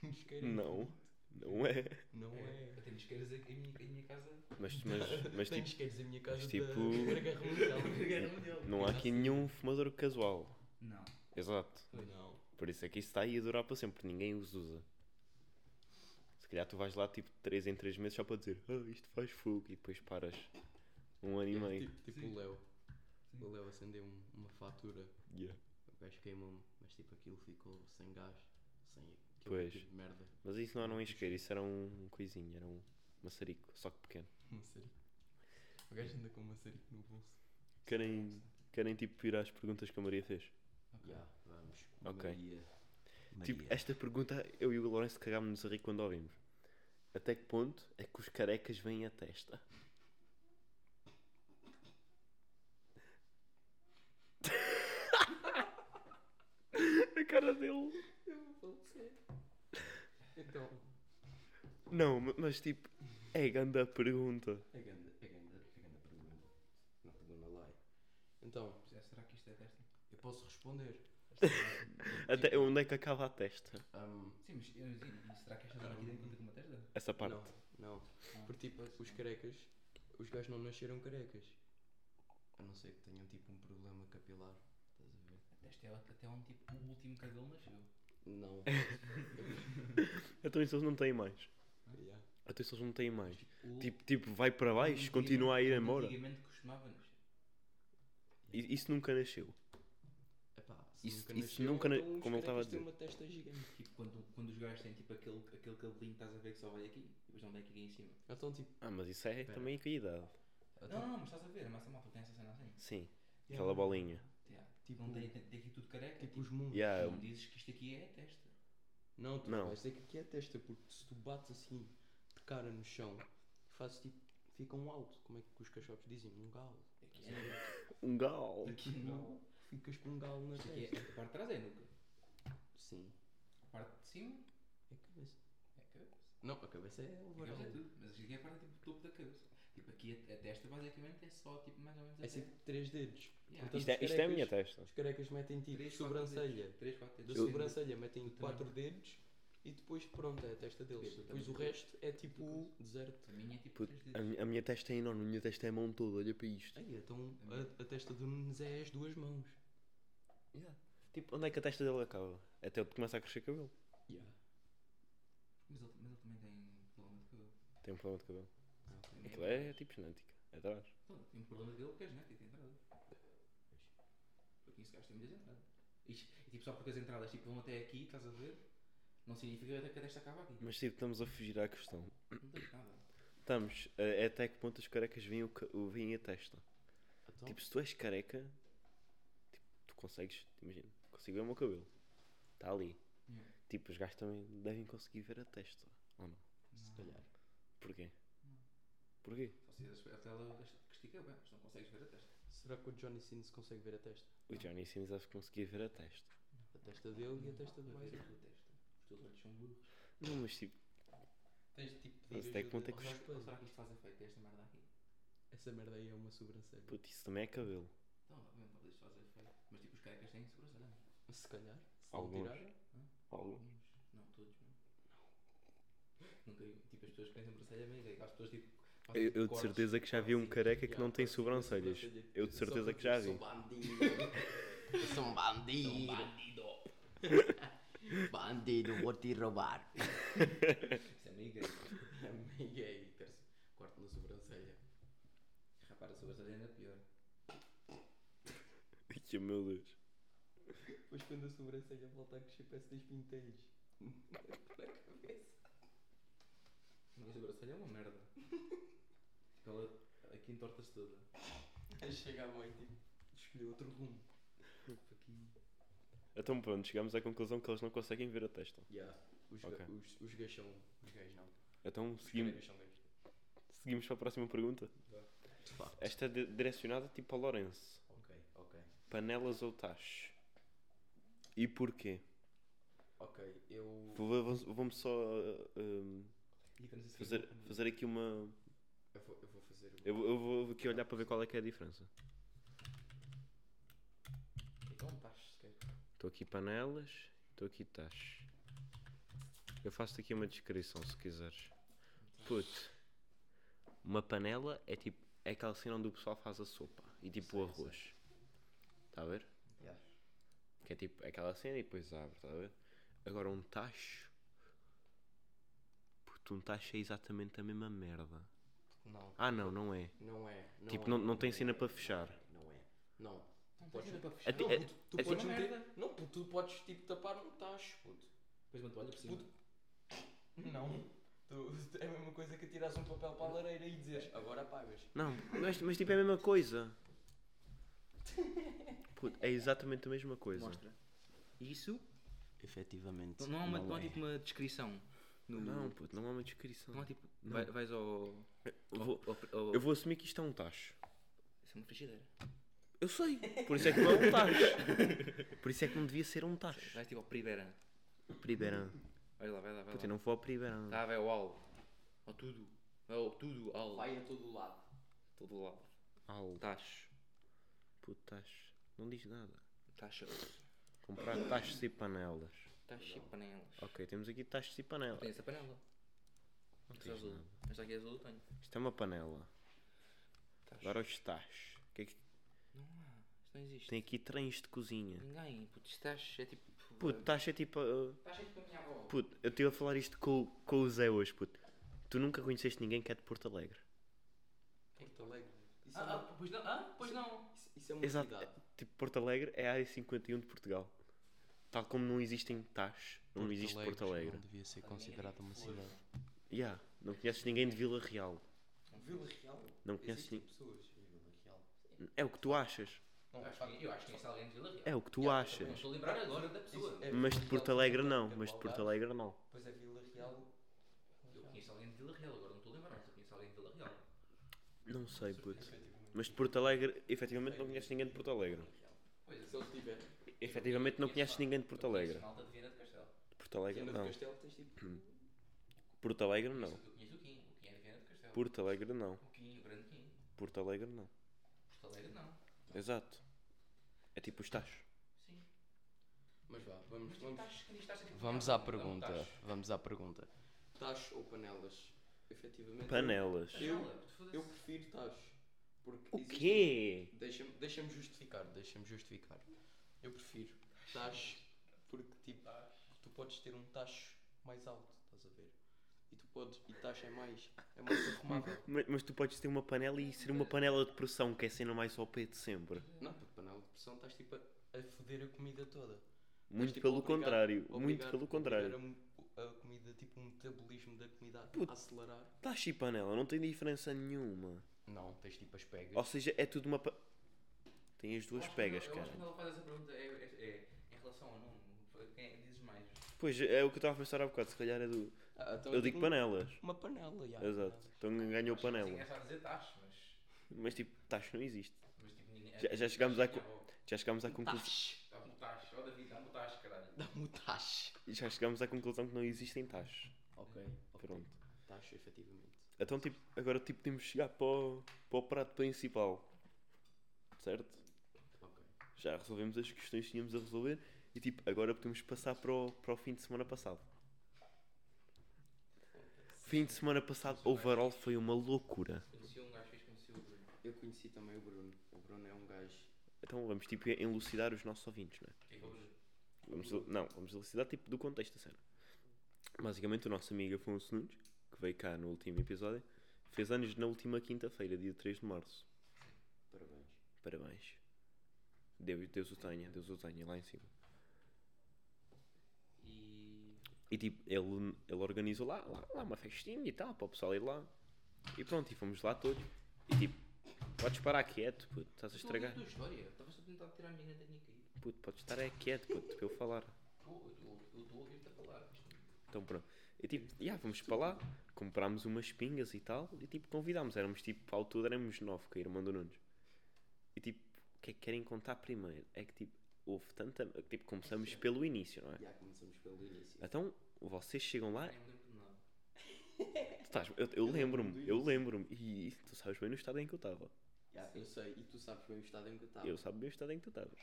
Speaker 3: Um isqueiro é
Speaker 1: não,
Speaker 3: infinito.
Speaker 1: não é.
Speaker 3: Não é.
Speaker 2: Eu tenho isqueiros aqui em minha, em minha casa.
Speaker 1: Mas,
Speaker 3: [LAUGHS]
Speaker 1: mas, mas
Speaker 3: Tenho
Speaker 1: tipo,
Speaker 3: isqueiros em minha casa
Speaker 1: mas,
Speaker 3: da
Speaker 1: tipo,
Speaker 3: Primeira Guerra Mundial.
Speaker 1: não há aqui nenhum fumador casual.
Speaker 2: Não.
Speaker 1: Exato.
Speaker 3: Não.
Speaker 1: Por isso é que isso está aí a durar para sempre, ninguém os usa. Se calhar tu vais lá tipo 3 em 3 meses só para dizer ah, isto faz fogo e depois paras um ano e
Speaker 3: É
Speaker 1: meio.
Speaker 3: tipo, tipo
Speaker 2: Sim.
Speaker 3: o Léo.
Speaker 2: Sim.
Speaker 3: O Léo acendeu um- uma fatura
Speaker 1: Yeah.
Speaker 3: O gajo queimou-me, mas tipo aquilo ficou sem gás, sem aquele
Speaker 1: Pois.
Speaker 3: tipo de merda.
Speaker 1: Mas isso não era um isqueiro, isso era um coisinho, era um maçarico, só que pequeno.
Speaker 3: Maçarico. O gajo anda com um maçarico no bolso.
Speaker 1: Querem, querem tipo ir às perguntas que a Maria fez?
Speaker 3: Já, vamos. um
Speaker 1: Ok.
Speaker 3: Maria.
Speaker 1: Tipo, esta pergunta eu e o Lourenço cagámos-nos a rir quando a ouvimos. Até que ponto é que os carecas vêm à testa? a cara dele.
Speaker 3: Então,
Speaker 1: Não, ma- mas tipo, é grande a pergunta.
Speaker 3: a ganda, a ganda, a ganda pergunta. Não pergunta lá. Então,
Speaker 2: Já será que isto é testa?
Speaker 3: eu posso responder.
Speaker 1: Até onde é que acaba a testa?
Speaker 3: Ahm,
Speaker 2: [LAUGHS] Sim, mas eu, e será que esta zona aqui dentro conta como uma testa?
Speaker 1: Essa parte. Ah,
Speaker 3: não, não. Porque tipo, os carecas, os gajos não nasceram carecas. A não ser que tenham tipo um problema capilar. Estás a ver?
Speaker 2: A testa é até onde tipo, o último cabelo nasceu.
Speaker 4: [LAUGHS]
Speaker 3: Não.
Speaker 1: Então isso eles não têm mais.
Speaker 3: Ya.
Speaker 1: Então isso eles não têm mais.
Speaker 2: O-
Speaker 1: Tipo, tipo vai para baixo,
Speaker 2: Antigamente-
Speaker 1: continua a ir embora.
Speaker 2: Antigamente costumava nascer.
Speaker 1: I- Isso nunca nasceu.
Speaker 3: Epá, se
Speaker 1: Isso-
Speaker 3: nunca
Speaker 1: isso
Speaker 3: nasceram,
Speaker 1: nunca na-
Speaker 3: então os
Speaker 1: como ele estava a
Speaker 3: carecas têm uma testa gigante.
Speaker 2: Tipo, quando, quando os gajos têm tipo aquele, aquele cabelinho que estás a ver que só vai aqui, e depois não dá aqui em cima.
Speaker 3: Então, tipo,
Speaker 1: Ah, mas isso é também com a idade.
Speaker 3: então,
Speaker 2: Não, não, mas estás a ver, a massa malta tem essa cena assim.
Speaker 1: Sim, aquela bolinha.
Speaker 2: Yeah. Tipo, não tem, tem, tem aqui tudo careca.
Speaker 3: tipo os mundos.
Speaker 1: Yeah, um,
Speaker 2: não dizes que isto aqui é a testa.
Speaker 3: Não, tu
Speaker 1: Não.
Speaker 3: vais dizer que aqui é testa, porque se tu bates assim de cara no chão, fazes tipo, fica um alto. Como é que os cachorros dizem? Um galo.
Speaker 2: Aqui é.
Speaker 1: Um gal.
Speaker 2: Aqui não.
Speaker 4: ficas com um galo na
Speaker 2: Isto aqui
Speaker 4: testa.
Speaker 2: é a parte de trás é a nuca.
Speaker 4: Sim.
Speaker 2: A parte de cima
Speaker 4: É a cabeça.
Speaker 2: é a cabeça.
Speaker 4: Não, a cabeça é o
Speaker 2: A cabeça é
Speaker 4: varão.
Speaker 2: tudo. Mas isto aqui é a parte tipo, do topo da cabeça. Tipo, aqui a, a testa basicamente é só tipo mais ou menos
Speaker 4: É
Speaker 2: até-
Speaker 4: sempre três dedos.
Speaker 2: Yeah.
Speaker 3: então,
Speaker 4: Portanto,
Speaker 2: Isto
Speaker 1: Isto é, isto é a minha testa.
Speaker 4: Os carecas metem tipo
Speaker 2: Três, quatro
Speaker 4: sobrancelha.
Speaker 2: 3, 4
Speaker 4: Da
Speaker 2: dedos. Eu-
Speaker 4: sobrancelha metem
Speaker 2: também
Speaker 4: quatro
Speaker 2: não.
Speaker 4: dedos e depois pronto, é a testa deles.
Speaker 2: Eu também
Speaker 4: Depois o
Speaker 2: não.
Speaker 4: resto é tipo deserto.
Speaker 2: A minha é tipo
Speaker 1: Puto,
Speaker 2: 3
Speaker 1: a,
Speaker 2: dedos.
Speaker 1: minha- a minha testa é enorme, a minha testa é a mão toda, olha para isto.
Speaker 4: Ai, então a, a testa do Nunes é as duas mãos.
Speaker 1: Tipo, onde é que a testa dele acaba? Até ele começa a crescer cabelo.
Speaker 2: Mas ele, mas ele também tem problema de cabelo.
Speaker 1: Tem um problema de cabelo.
Speaker 2: Também
Speaker 1: Aquilo é tipo genética. É atrás.
Speaker 2: Pronto, tem um problema dele que é genético, tem entrada. Porque isso gasta muitas entradas. Isto- e tipo, só porque as entradas tipo, vão até aqui, estás a ver? Não significa até que a desta acaba aqui.
Speaker 1: Mas tipo, estamos a fugir à questão.
Speaker 2: Não tem nada.
Speaker 1: Estamos. eh, até que ponto os carecas veem, o, ca- o- veem a testa?
Speaker 4: Então,
Speaker 1: Tipo, se tu és careca, tipo, tu consegues, imagina, consigo ver o meu cabelo. Está ali.
Speaker 2: Yeah.
Speaker 1: Tipo, os gajos também devem conseguir ver a testa. Ou não?
Speaker 4: se calhar.
Speaker 1: Porquê? Porquê?
Speaker 2: Só se fizeres a tela que estica bem, mas não consegues ver a testa.
Speaker 4: Será que o Johnny Sins consegue ver a testa?
Speaker 1: O Johnny Sims deve conseguir ver a testa.
Speaker 4: A testa dele e a testa de
Speaker 2: Não
Speaker 4: mais.
Speaker 2: ver a tua é testa. Os teus olhos são burros.
Speaker 1: Não, mas tipo,
Speaker 5: Tens tipo de
Speaker 1: Mas até que ponto é
Speaker 2: Ou
Speaker 1: que
Speaker 2: será,
Speaker 1: os...
Speaker 2: que- ou será que isto faz efeito esta merda aqui?
Speaker 4: Essa merda aí é uma sobrancelha.
Speaker 1: Puto, isso também é cabelo.
Speaker 2: Então, obviamente, talvez isto faz efeito. Mas tipo, os carecas têm sobrancelha.
Speaker 4: Se calhar. Se não
Speaker 1: Alguns.
Speaker 4: tirar,
Speaker 1: Algum.
Speaker 2: Alguns. Não, todos, não. Nunca vi. Tipo, as pessoas que têm sobrancelha meio gay. As pessoas tipo. fazem,
Speaker 1: Eu,
Speaker 2: tipo,
Speaker 1: eu de
Speaker 2: cortes,
Speaker 1: certeza que já vi um
Speaker 2: cortes e-
Speaker 1: careca que não tem sobrancelhas. Eu de certeza é que já vi.
Speaker 4: bandido. Eu sou um bandido.
Speaker 2: Bandido!
Speaker 4: [LAUGHS] Bandido, vou te roubar.
Speaker 2: Isso é meio gay.
Speaker 4: É meio gay. ter- Corte na sobrancelha.
Speaker 2: Rapaz, a sobrancelha ainda é pior.
Speaker 1: Que meu Deus.
Speaker 4: Depois quando a sobrancelha volta a crescer parece dois pintelhos. Na cabeça.
Speaker 2: Mas a sobrancelha é uma [LAUGHS] merda. Tipo, ela aqui entorta-se toda.
Speaker 4: Aí chega a mãe tipo, escolheu outro rumo.
Speaker 2: Aqui.
Speaker 1: Então pronto, chegamos à conclusão que eles não conseguem ver a testa.
Speaker 4: Yeah. Os,
Speaker 1: Ok.
Speaker 4: ga- os, os gays são... Os gays não.
Speaker 1: Então
Speaker 4: Os
Speaker 1: seguimos,
Speaker 4: carecas são gays.
Speaker 1: seguimos para a próxima pergunta. Esta é di- direcionada tipo a Lourenço.
Speaker 4: Ok, ok.
Speaker 1: Panelas ou tachos? E porquê?
Speaker 4: Ok, eu...
Speaker 1: Vou- vou- Vamos só uh, um,
Speaker 2: E que eu não sei se
Speaker 1: fazer, fazer aqui uma.
Speaker 4: Eu vou, eu vou fazer o...
Speaker 1: Eu, vou- eu vou aqui olhar para ver qual é que é a diferença.
Speaker 4: Então tacho, se calhar.
Speaker 1: Estou aqui panelas, estou aqui tachos. Eu faço aqui uma descrição se quiseres. Puto, uma panela é tipo. É aquela cena onde o pessoal faz a sopa e tipo o arroz. Está a ver?
Speaker 4: Yeah.
Speaker 1: Que é tipo aquela cena e depois abre, está a ver? Agora um tacho. Puto, um tacho é exatamente a mesma merda.
Speaker 4: Não.
Speaker 1: Ah não, não é.
Speaker 4: Não é. Não
Speaker 1: Tipo,
Speaker 4: é,
Speaker 1: não- não tem
Speaker 4: é,
Speaker 1: cena para
Speaker 4: não
Speaker 1: fechar.
Speaker 4: é, Não é. Não.
Speaker 2: Não
Speaker 4: Podes-
Speaker 2: pode para fechar.
Speaker 1: É ti-
Speaker 4: Não,
Speaker 1: é-
Speaker 4: puto, tu
Speaker 1: é
Speaker 4: podes
Speaker 2: tipo-
Speaker 4: meter-
Speaker 2: merda.
Speaker 4: Não, puto, tu podes tipo tapar um tacho, puto.
Speaker 2: Depois uma toalha por cima.
Speaker 4: Não. Tu- é a mesma coisa que tirares um papel para a lareira e dizeres "Ah, agora apagas.
Speaker 1: Não, mas, mas tipo é a mesma coisa. Puto, é exatamente a mesma coisa.
Speaker 2: Isso?
Speaker 4: Efetivamente.
Speaker 2: Não há, uma, não há tipo uma descrição. No...
Speaker 1: é. Não, puto, não há uma descrição.
Speaker 2: Não há tipo.
Speaker 1: Não.
Speaker 2: vai- vais ao.
Speaker 1: Eu vou,
Speaker 2: ao- ao-
Speaker 1: eu vou assumir que isto é um tacho.
Speaker 2: Isso é uma frigideira.
Speaker 1: Eu sei, por isso é que não é um tacho.
Speaker 2: [LAUGHS]
Speaker 1: Por isso é que não devia ser um tacho.
Speaker 2: Vais tipo ao Priberan.
Speaker 1: Pribeirão.
Speaker 2: Vai lá, vai lá, vai
Speaker 1: Puto, eu
Speaker 2: lá.
Speaker 1: não vou ao Pribeirão.
Speaker 2: Tá, vai ao Al. Ao tudo. Vai ao tudo, Al.
Speaker 4: Vai a todo lado.
Speaker 2: Todo lado. Tá
Speaker 1: Au,
Speaker 2: Tacho.
Speaker 1: puto, tacho. Não diz nada.
Speaker 2: Tacho.
Speaker 1: Comprar tachos e panelas.
Speaker 2: Tacho e tá panelas.
Speaker 1: Ok, temos aqui tachos e panelas.
Speaker 2: Tem essa panela.
Speaker 1: Não
Speaker 2: Essa
Speaker 1: tens
Speaker 2: azul.
Speaker 1: nada.
Speaker 2: Esta aqui é azul, eu tenho.
Speaker 1: Isto é uma panela.
Speaker 2: Tacho.
Speaker 1: Agora os tachos. O que é que-
Speaker 2: Não há. Isto não existe.
Speaker 1: Tem aqui trens de cozinha.
Speaker 2: Ninguém. Puto, isto tacho é tipo.
Speaker 1: Puto, tacho é tipo. uh,
Speaker 2: Tacho é tipo a minha avó.
Speaker 1: Puto, eu estive a falar isto com, com o Zé hoje, puto. Tu nunca conheceste ninguém que é de Porto Alegre.
Speaker 4: Porto Alegre. Isso é
Speaker 2: Ah,
Speaker 4: uma,
Speaker 2: ah, pois não. Ah, pois não.
Speaker 4: isso, isso é uma
Speaker 1: Exato.
Speaker 4: cidade.
Speaker 1: Tipo, Porto Alegre é a área 51 de Portugal. Tal como não existem Tachos, não existe Porto Alegre.
Speaker 4: devia ser
Speaker 2: considerado uma cidade.
Speaker 1: Yeah, não conheces ninguém de Vila Real.
Speaker 4: é um Vila Real?
Speaker 1: Não é assim. conheces
Speaker 4: Existem
Speaker 1: ninguém.
Speaker 4: pessoas em Vila Real.
Speaker 1: É o que tu achas.
Speaker 2: Eu acho que- eu acho que isto é alguém de Vila Real.
Speaker 1: É o que tu
Speaker 2: Yeah,
Speaker 1: achas.
Speaker 2: Não estou a lembrar agora da pessoa.
Speaker 4: Isso é
Speaker 1: Mas de
Speaker 4: Vila
Speaker 1: Porto
Speaker 4: Real,
Speaker 1: Alegre
Speaker 4: Santa
Speaker 1: não.
Speaker 4: Catarina,
Speaker 1: Mas de Porto
Speaker 4: Algarve.
Speaker 1: Alegre não.
Speaker 4: Pois é Vila Real.
Speaker 2: Eu conheço alguém de Vila Real, agora não estou a lembrar, mas eu conheço alguém de Vila Real.
Speaker 1: Não sei, puto. Mas de Porto Alegre, efetivamente, não conheces ninguém de Porto Alegre.
Speaker 2: Pois coisa.
Speaker 4: Se ele tiver.
Speaker 1: Efetivamente não conheces ninguém de Porto Alegre.
Speaker 2: Malta de Vieira de Castelo.
Speaker 1: Porto Alegre
Speaker 3: Cena do
Speaker 1: não.
Speaker 3: Castelo tens tipo.
Speaker 1: Porto Alegre não.
Speaker 2: Eu conheço o Kim. O Kim é de Vieira de Castelo.
Speaker 1: Porto Alegre não.
Speaker 2: O Kim, o grande Kim.
Speaker 1: Porto Alegre não.
Speaker 2: Porto Alegre não.
Speaker 1: Exato. É tipo os tachos.
Speaker 2: Sim.
Speaker 4: Mas tá. vá,
Speaker 2: Mas
Speaker 4: vamos,
Speaker 2: tu
Speaker 4: vamos,
Speaker 2: estás, tu estás a criticar.
Speaker 4: vamos à
Speaker 2: Não,
Speaker 4: pergunta.
Speaker 2: estás.
Speaker 4: Vamos à pergunta. Tachos ou panelas? Efetivamente.
Speaker 1: Panelas.
Speaker 4: Eu-
Speaker 2: Janela, puto, foda-se.
Speaker 4: Eu prefiro tachos. Porque
Speaker 1: O
Speaker 4: existe-
Speaker 1: quê?
Speaker 4: Deixa-me deixa-me justificar, deixa-me justificar. Eu prefiro tacho porque tipo, tu podes ter um tacho mais alto, estás a ver? E tu podes, e tacho é mais, é mais arrumável.
Speaker 1: Mas, mas tu podes ter uma panela e ser uma panela de pressão, que é a cena mais OP de sempre.
Speaker 4: Não, porque panela de pressão estás tipo a, a foder a comida toda.
Speaker 1: Muito
Speaker 4: tipo,
Speaker 1: pelo
Speaker 4: obrigado-
Speaker 1: contrário. Muito
Speaker 4: Obrigar-
Speaker 1: pelo contrário.
Speaker 4: obrigar A, a comida, tipo um metabolismo da comida a-
Speaker 1: Puto.
Speaker 4: a acelerar.
Speaker 1: Tacho e panela não tem diferença nenhuma.
Speaker 4: Não, tens tipo as pegas.
Speaker 1: Ou seja, é tudo uma. Pa... Tem as
Speaker 2: Eu
Speaker 1: duas
Speaker 2: acho que
Speaker 1: pegas,
Speaker 2: quando- Eu
Speaker 1: cara.
Speaker 2: acho que quando ela faz essa pergunta é, é, é em relação ao número. Quem é que dizes mais?
Speaker 1: Pois é o que eu estava a pensar há bocado. Se calhar é do.
Speaker 4: Ah, então é
Speaker 1: Eu
Speaker 4: tipo
Speaker 1: digo
Speaker 4: um-
Speaker 1: panelas.
Speaker 4: Uma panela, já.
Speaker 1: Exato. Então ganhou
Speaker 2: Sim,
Speaker 1: panela.
Speaker 2: estás a dizer tacho, mas.
Speaker 1: Mas tipo, tacho não existe.
Speaker 2: Mas tipo, ninguém.
Speaker 1: Já- já chegámos à co-
Speaker 2: Dá-me
Speaker 1: Já chegámos à conclusão.
Speaker 4: [LAUGHS] Tacho,
Speaker 2: o tacho, ó David, dá-me o tacho, caralho.
Speaker 4: dá-me o tacho.
Speaker 1: Já chegámos à conclusão que não existem tachos.
Speaker 4: Ok, ok.
Speaker 1: Pronto.
Speaker 4: Tacho, efetivamente.
Speaker 1: Então tipo, agora tipo temos de chegar para o, para o prato principal. Certo?
Speaker 4: Ok.
Speaker 1: Já resolvemos as questões que tínhamos a resolver e tipo, agora podemos passar para o, para o fim de semana passado. Fim de semana passado, overall foi uma loucura.
Speaker 2: Conheci um gajo, fez conheci o Bruno.
Speaker 4: Eu conheci também o Bruno. O Bruno é um gajo.
Speaker 1: Então vamos tipo elucidar os nossos ouvintes, não é?
Speaker 2: O que é que é o Bruno?
Speaker 1: Vamos, não, vamos elucidar tipo do contexto da cena. Basicamente o nosso amigo Afonso Nunes, que veio cá no último episódio, fez anos na última quinta-feira, dia 3 de março.
Speaker 4: Parabéns.
Speaker 1: Parabéns. Deus, Deus o tenha, Deus o tenha, lá em cima.
Speaker 2: E.
Speaker 1: E tipo, ele, ele organizou lá, lá, lá uma festinha e tal, para o pessoal ir lá. E pronto, e fomos lá todos. E tipo, podes parar quieto, puto, estás a
Speaker 4: [LAUGHS]
Speaker 1: estragar.
Speaker 2: Tu ouvi a tua história. Estavas a tentar tirar a minha da minha caída.
Speaker 1: Puto, podes estar é quieto, puto, para eu falar.
Speaker 2: Pô, eu estou- eu estou a ouvir-te a falar.
Speaker 1: Então pronto. E tipo, já, fomos para lá, comprámos umas pingas e tal, e tipo, convidámos. Éramos tipo, ao todo éramos nove, com a irmã do Nunes. E tipo, o que é que querem contar primeiro? É que tipo, houve tanta. Tipo, começamos pelo início, não é?
Speaker 4: Já começamos pelo início.
Speaker 1: Então, vocês chegam lá
Speaker 2: Nem me lembro de nada.
Speaker 1: Tu estás- eu, eu lembro-me, eu lembro-me. E tu sabes bem no estado em que eu estava.
Speaker 4: Já, eu sei, e tu sabes bem o estado em que eu estava.
Speaker 1: Eu sabia bem o estado em que tu estavas.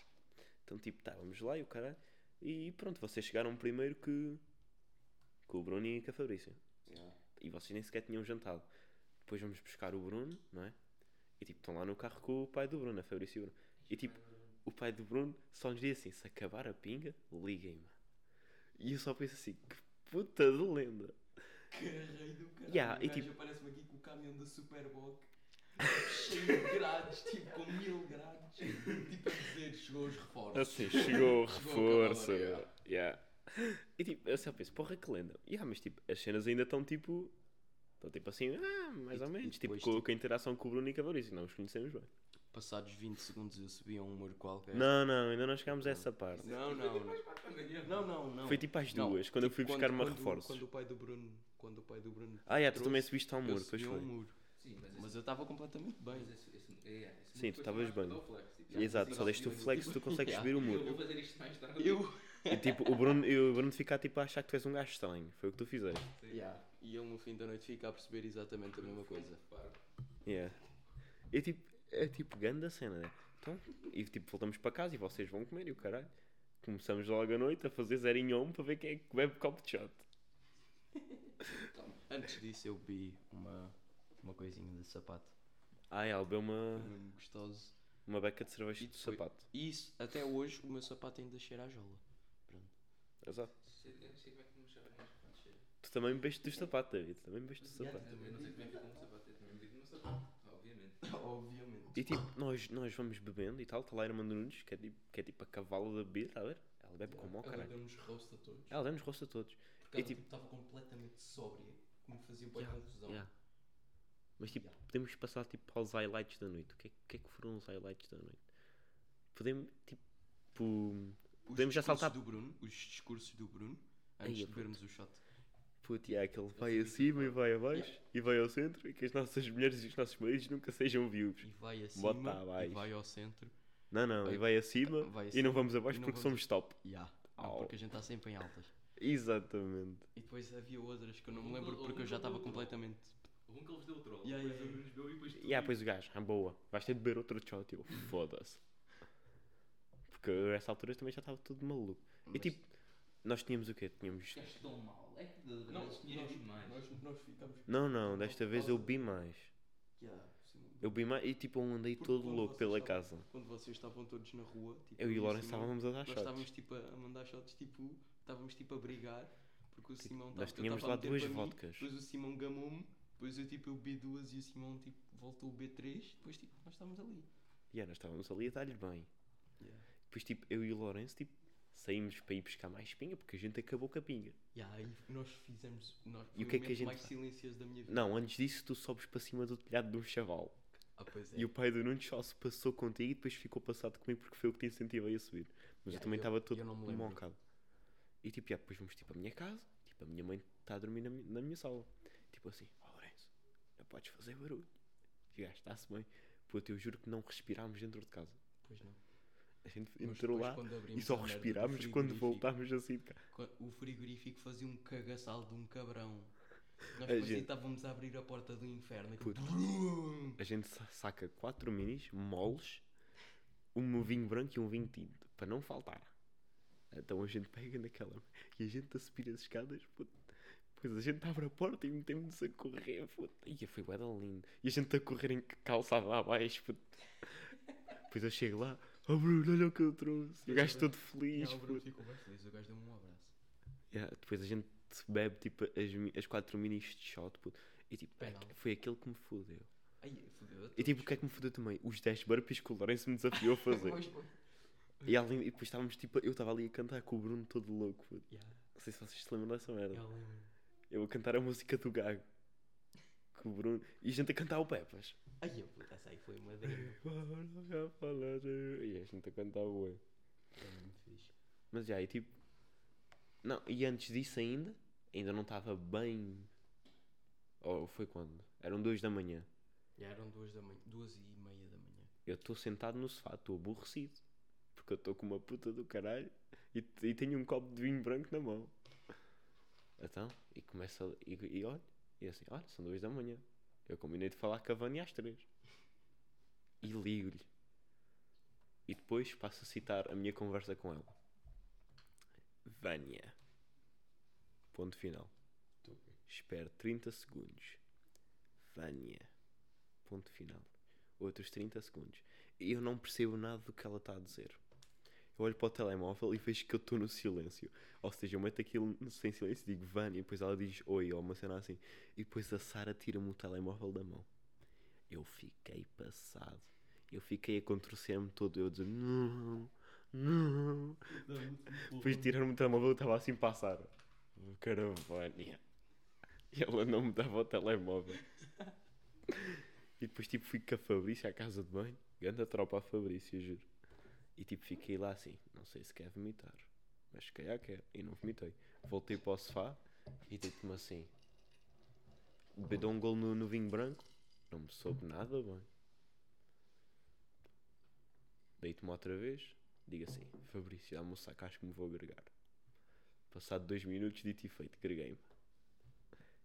Speaker 1: Então, tipo, estávamos lá e o cara. E pronto, vocês chegaram primeiro que. com o Bruno e com a Fabrícia.
Speaker 4: Já.
Speaker 1: E vocês nem sequer tinham jantado. Depois vamos buscar o Bruno, não é? E tipo, estão lá no carro com o pai do Bruno, a Fabrício e o Bruno. E tipo, o pai do Bruno só nos diz assim: se acabar a pinga, liguem-me. E eu só penso assim: que puta de lenda.
Speaker 3: Carreio do caralho.
Speaker 1: Yeah,
Speaker 3: o
Speaker 4: Um
Speaker 1: e
Speaker 3: gajo
Speaker 1: tipo-
Speaker 3: aparece-me aqui com o caminhão da Superboc. cheio de grades, tipo com mil grades.
Speaker 4: Tipo a dizer, chegou os reforços.
Speaker 1: Assim, chegou
Speaker 4: [LAUGHS] Chegou a
Speaker 1: reforço.
Speaker 4: cavalaria.
Speaker 1: Yeah. E tipo, eu só penso, porra, que lenda. Yeah, mas tipo, as cenas ainda estão tipo. Estão tipo assim, ah, mais
Speaker 4: E-
Speaker 1: ou
Speaker 4: e
Speaker 1: menos. tipo,
Speaker 4: depois,
Speaker 1: com,
Speaker 4: tipo-
Speaker 1: com a interação com o Bruno e com a Fabrício, não os conhecemos bem.
Speaker 4: Passados 20 segundos eu subia um muro qualquer.
Speaker 1: Não, não, ainda não chegámos a essa parte.
Speaker 4: não, não. não.
Speaker 2: tá
Speaker 4: Não, não, não.
Speaker 1: Foi tipo às
Speaker 4: Não,
Speaker 1: duas, quando eu fui
Speaker 4: tipo,
Speaker 1: buscar uma
Speaker 4: quando-
Speaker 1: reforços.
Speaker 4: Quando o pai do Bruno. Quando o pai do Bruno.
Speaker 1: Ah, yeah, tu
Speaker 4: trouxe,
Speaker 1: também subiste ao
Speaker 4: eu
Speaker 1: muro, pois
Speaker 4: subi a um
Speaker 1: foi.
Speaker 4: muro.
Speaker 2: Sim, mas esse.
Speaker 4: Mas eu estava completamente bem.
Speaker 2: mas esse- esse- é, é, esse
Speaker 1: Sim,
Speaker 2: muito
Speaker 1: tu
Speaker 2: foi
Speaker 1: estavas
Speaker 2: chamado
Speaker 1: bem.
Speaker 2: do flex, tipo, já
Speaker 1: Exato,
Speaker 2: consegui
Speaker 1: só deixas o
Speaker 2: ouvir.
Speaker 1: flex, tu
Speaker 4: [LAUGHS]
Speaker 1: consegues subir o
Speaker 2: Eu
Speaker 1: muro.
Speaker 2: vou fazer isto mais tarde.
Speaker 4: Eu.
Speaker 1: E tipo, o Bruno, e o Bruno ficar tipo a achar que tu és um gajo estranho. Foi o que tu fizeste.
Speaker 4: Yeah. E ele no fim da noite fica a perceber exatamente a mesma coisa.
Speaker 1: Yeah. É tipo, é tipo grande a cena, né? Então, e tipo, voltamos para casa e vocês vão comer e o caralho. Começamos logo à noite a fazer zero em um para ver quem é que bebe copo de shot.
Speaker 4: Antes disso eu bebi uma, uma coisinha de sapato.
Speaker 1: Ah, é, ele bebeu uma,
Speaker 4: Mesmo gostoso.
Speaker 1: uma beca de cerveja
Speaker 4: E
Speaker 1: de
Speaker 4: foi-
Speaker 1: sapato.
Speaker 4: E isso, até hoje o meu sapato ainda cheira a jola.
Speaker 1: Exato.
Speaker 2: Sei- eu não sei como é que me chama, mas pode ser.
Speaker 1: Tu também bebeste do sapato, David. Tu também bebeste do sapato.
Speaker 2: Eu não sei como é que ficou o meu sapato. Eu também me digo no meu sapato,
Speaker 1: Ah.
Speaker 2: obviamente.
Speaker 4: Obviamente.
Speaker 1: E tipo, nós, nós vamos bebendo e tal. Está lá a irmã do Nunes, que é tipo, que é tipo a cavalo da bebida, está a ver? Ela bebe como ao caralho.
Speaker 3: deu-nos roast a todos.
Speaker 1: Ela dá-nos rosto a todos.
Speaker 3: Porque
Speaker 1: E
Speaker 3: ela
Speaker 1: tipo-
Speaker 3: tipo estava completamente sóbria. Que me fazia boa
Speaker 1: Yeah,
Speaker 3: confusão.
Speaker 1: yeah. Mas tipo, podemos passar tipo aos highlights da noite. O que é, o que, é que foram os highlights da noite? Podemos, tipo. Podemos já saltar-
Speaker 4: Do Bruno, os discursos do Bruno,
Speaker 1: Ai,
Speaker 4: antes de
Speaker 1: puto.
Speaker 4: bebermos o shot.
Speaker 1: Puto, yeah, aquele vai acima e vai abaixo e vai ao centro e que as nossas mulheres e os nossos maridos nunca sejam viúvos.
Speaker 4: E vai acima,
Speaker 1: Bota abaixo.
Speaker 4: e vai ao centro,
Speaker 1: Não, não, e vai acima e
Speaker 4: Vai
Speaker 1: não
Speaker 4: acima.
Speaker 1: vamos abaixo
Speaker 4: E não
Speaker 1: porque
Speaker 4: vamos-
Speaker 1: somos top.
Speaker 4: Ya.
Speaker 1: Au.
Speaker 4: Não, porque a gente está sempre em altas.
Speaker 1: Exatamente.
Speaker 4: E depois havia outras que eu não me
Speaker 2: Houve um
Speaker 4: lembro
Speaker 2: que-
Speaker 4: porque eu
Speaker 2: houve
Speaker 4: já
Speaker 2: um que
Speaker 4: estava
Speaker 2: eu-
Speaker 4: completamente.
Speaker 2: Um que ele vos deu o troll.
Speaker 4: Ya,
Speaker 2: depois
Speaker 4: ya, ya.
Speaker 2: um nos deu e depois tu.
Speaker 1: E ah, pois o gajo, ah, boa, vais ter de beber outro shot. E eu,
Speaker 4: Uhum.
Speaker 1: foda-se. Porque a essa altura também já estava tudo maluco. E
Speaker 4: Mas-
Speaker 1: tipo, nós tínhamos o quê? Tínhamos.
Speaker 6: Ficaste tão mal. É que de
Speaker 3: Não,
Speaker 6: não,
Speaker 3: nós,
Speaker 6: tinhas mais.
Speaker 3: nós, nós ficamos.
Speaker 1: Não, não, desta
Speaker 3: Por
Speaker 1: vez eu
Speaker 3: causa-
Speaker 1: bi mais.
Speaker 3: Yeah, sim.
Speaker 1: Eu bi mais e tipo, eu andei
Speaker 3: Porque
Speaker 1: todo
Speaker 3: quando
Speaker 1: louco
Speaker 3: vocês
Speaker 1: pela
Speaker 3: estavam-
Speaker 1: casa.
Speaker 4: Quando vocês estavam todos na rua, tipo,
Speaker 1: Eu e o
Speaker 4: o
Speaker 1: Lawrence
Speaker 4: Simão,
Speaker 1: estávamos a dar
Speaker 4: Nós
Speaker 1: shots.
Speaker 4: estávamos tipo a a mandar shots, tipo, estávamos tipo a brigar, porque o Simão
Speaker 1: Tipo, Nós
Speaker 4: eu
Speaker 1: tínhamos
Speaker 4: estava a
Speaker 1: lá
Speaker 4: meter
Speaker 1: duas
Speaker 4: para mim,
Speaker 1: vodkas.
Speaker 4: Depois o Simão gamou-me, depois eu tipo eu bebi duas e o Simão tipo voltou o B3, depois tipo nós estávamos ali.
Speaker 1: E ah, nós estávamos ali a dar-lhe bem.
Speaker 4: Yeah.
Speaker 1: Depois, tipo, eu e o Lourenço, tipo, saímos para ir buscar mais pinga porque a gente acabou com a pinga.
Speaker 4: E aí nós fizemos nós,
Speaker 1: E o que
Speaker 4: foi
Speaker 1: é que a
Speaker 4: momento
Speaker 1: gente
Speaker 4: mais
Speaker 1: faz?
Speaker 4: silencioso da minha vida.
Speaker 1: Não, antes disso, tu sobes para cima do telhado de um chaval.
Speaker 4: Ah, pois é.
Speaker 1: E o pai do Nuno só se passou contigo e depois ficou passado comigo porque foi eu que te incentivei a subir. Mas eu
Speaker 4: Yeah,
Speaker 1: também
Speaker 4: eu-
Speaker 1: estava todo
Speaker 4: eu não me lembro.
Speaker 1: moncado. E tipo, yeah, depois vamos tipo à minha casa, tipo, a minha mãe está a dormir na, mi- na minha sala. Tipo assim, ó Lourenço, não podes fazer barulho. E o gajo está-se bem. Puto, eu juro que não respirámos dentro de casa.
Speaker 4: Pois não.
Speaker 1: A gente
Speaker 4: Mas
Speaker 1: entrou
Speaker 4: depois,
Speaker 1: lá
Speaker 4: quando
Speaker 1: e
Speaker 4: abrimos
Speaker 1: só
Speaker 4: a merda do
Speaker 1: respirámos quando
Speaker 4: frigorífico,
Speaker 1: voltámos assim de cá.
Speaker 4: Qua- O frigorífico fazia um cagaçal de um cabrão. Nós
Speaker 1: A
Speaker 4: parecia
Speaker 1: gente-
Speaker 4: que estávamos a abrir a porta do inferno. tipo, aquilo- [LAUGHS]
Speaker 1: Puto. A gente sa- saca quatro minis, moles, um vinho branco e um vinho tinto, para não faltar. Então a gente pega naquela. E a gente a subir as escadas, puto. Pois a gente abre a porta e metemos-nos a correr, puto. E foi bué da lindo. E a gente a correr em calçada abaixo, puto. Depois eu chego lá, oh Bruno, olha o que eu trouxe. E o gajo todo
Speaker 4: E
Speaker 1: feliz,
Speaker 4: o Bruno
Speaker 1: puto.
Speaker 4: ficou bem feliz, o gajo deu-me um abraço.
Speaker 1: Yeah, depois a gente bebe tipo as, mi- as quatro minis de shot, puto. E tipo,
Speaker 4: Penal.
Speaker 1: foi aquele que me fodeu.
Speaker 4: Ai, fodeu a
Speaker 1: E tipo, o que é que me fodeu também? Os 10 burpees que o Lourenço me desafiou a fazer.
Speaker 4: [LAUGHS] todos.
Speaker 1: e, além, e depois estávamos tipo, eu estava ali a cantar com o Bruno todo louco. puto.
Speaker 4: Yeah,
Speaker 1: Não sei se vocês se lembram dessa merda.
Speaker 4: eu lembro.
Speaker 1: Eu a cantar a música do Gago. Com o Bruno. E a gente a cantar o Pepas.
Speaker 4: Ai, eu, puto, essa aí foi uma dreia.
Speaker 1: E a gente a cantar o Oi.
Speaker 4: Foi muito fixe.
Speaker 1: Mas já, e tipo. Não, e antes disso ainda, ainda não estava bem. Ou foi quando? Eram 2 da manhã.
Speaker 4: Já eram duas, da manhã, duas e meia da manhã.
Speaker 1: Eu estou sentado no sofá, estou aborrecido. Porque eu estou com uma puta do caralho e, e tenho um copo de vinho branco na mão. Então, e começa e, e olha, e assim, olha, são duas da manhã. Eu combinei de falar com a Vânia às três. E ligo-lhe. E depois passo a citar a minha conversa com ela. Vânia. Ponto final. Espero 30 segundos. Vânia. Ponto final outros 30 segundos. E eu não percebo nada do que ela está a dizer. Eu olho para o telemóvel e vejo que eu estou no silêncio. Ou seja, eu meto aquilo sem silêncio e digo Vânia, e depois ela diz oi, ou uma cena assim. E depois a Sara tira-me o telemóvel da mão. Eu fiquei passado. Eu fiquei a contorcer-me todo, eu a dizer não, não. Depois de tirar-me o telemóvel, eu estava assim para a Sara. Caravânia. E ela não me dava o telemóvel. E depois tipo fui com a Fabrícia à casa de banho. Ganda tropa a Fabrícia, juro. E tipo fiquei lá assim, não sei se quer vomitar. Mas se calhar quer. E não vomitei. Voltei para o sofá e deito-me assim. Be- Dou um gol no, no vinho branco. Não me soube nada bem. Deito-me outra vez. Digo assim, Fabrício, dá-me um saco, acho que me vou agregar. Passado dois minutos, dito e feito, greguei-me.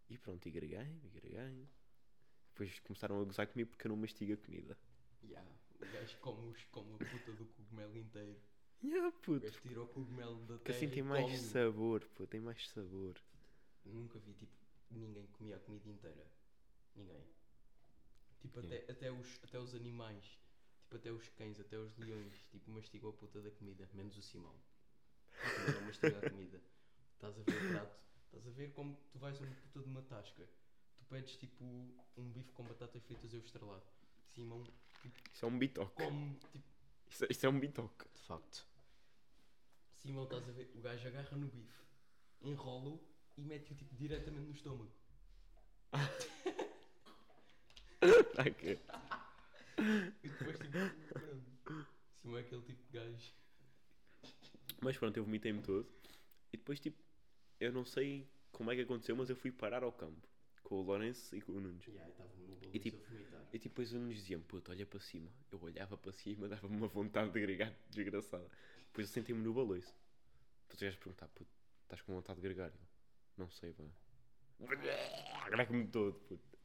Speaker 1: E pronto, e greguei-me, e greguei-me. Depois começaram a gozar comigo porque eu não mastigo a comida.
Speaker 4: Já, o gajo come, os- come a puta do cogumelo inteiro.
Speaker 1: Yeah,
Speaker 4: O
Speaker 1: puto.
Speaker 4: gajo tira o cogumelo da terra
Speaker 1: Porque assim
Speaker 4: e
Speaker 1: tem mais
Speaker 4: come.
Speaker 1: sabor, pô, tem mais sabor.
Speaker 4: Nunca vi, tipo, ninguém comia a comida inteira. Ninguém. Tipo,
Speaker 1: Yeah.
Speaker 4: até, até, os, até os animais. Tipo, até os cães, até os leões. Tipo, mastigam a puta da comida. Menos o Simão. O Simão não mastiga a comida. Estás a ver o prato. Estás a ver como tu vais a uma puta de uma tasca. Tu pedes, tipo, um bife com batatas fritas e o estrelado. Simão
Speaker 1: Isso é um bitoque.
Speaker 4: come, tipo,
Speaker 1: Isso, é- isso é um bitoque.
Speaker 4: de
Speaker 1: [LAUGHS]
Speaker 4: facto. Simão, estás a ver? O gajo agarra no bife, enrola-o e mete-o, tipo, diretamente no estômago.
Speaker 1: Ah, que-
Speaker 4: E depois tipo, pronto. Simão é aquele tipo de gajo.
Speaker 1: Mas pronto, eu vomitei-me todo. E depois, tipo, eu não sei como é que aconteceu, mas eu fui parar ao campo. com o Lawrence e com o Nunes.
Speaker 4: Yeah, estava no bolo
Speaker 1: E tipo-
Speaker 4: a vomitar.
Speaker 1: E depois o Nunes dizia-me, puto, olha para cima. Eu olhava para cima, [LAUGHS] dava-me uma vontade de gregar desgraçada. Depois eu senti-me no baloiço. Então Depois o gajo perguntar, puto, estás com vontade de gregar? Eu, não sei, pá. Grego-me todo, puto.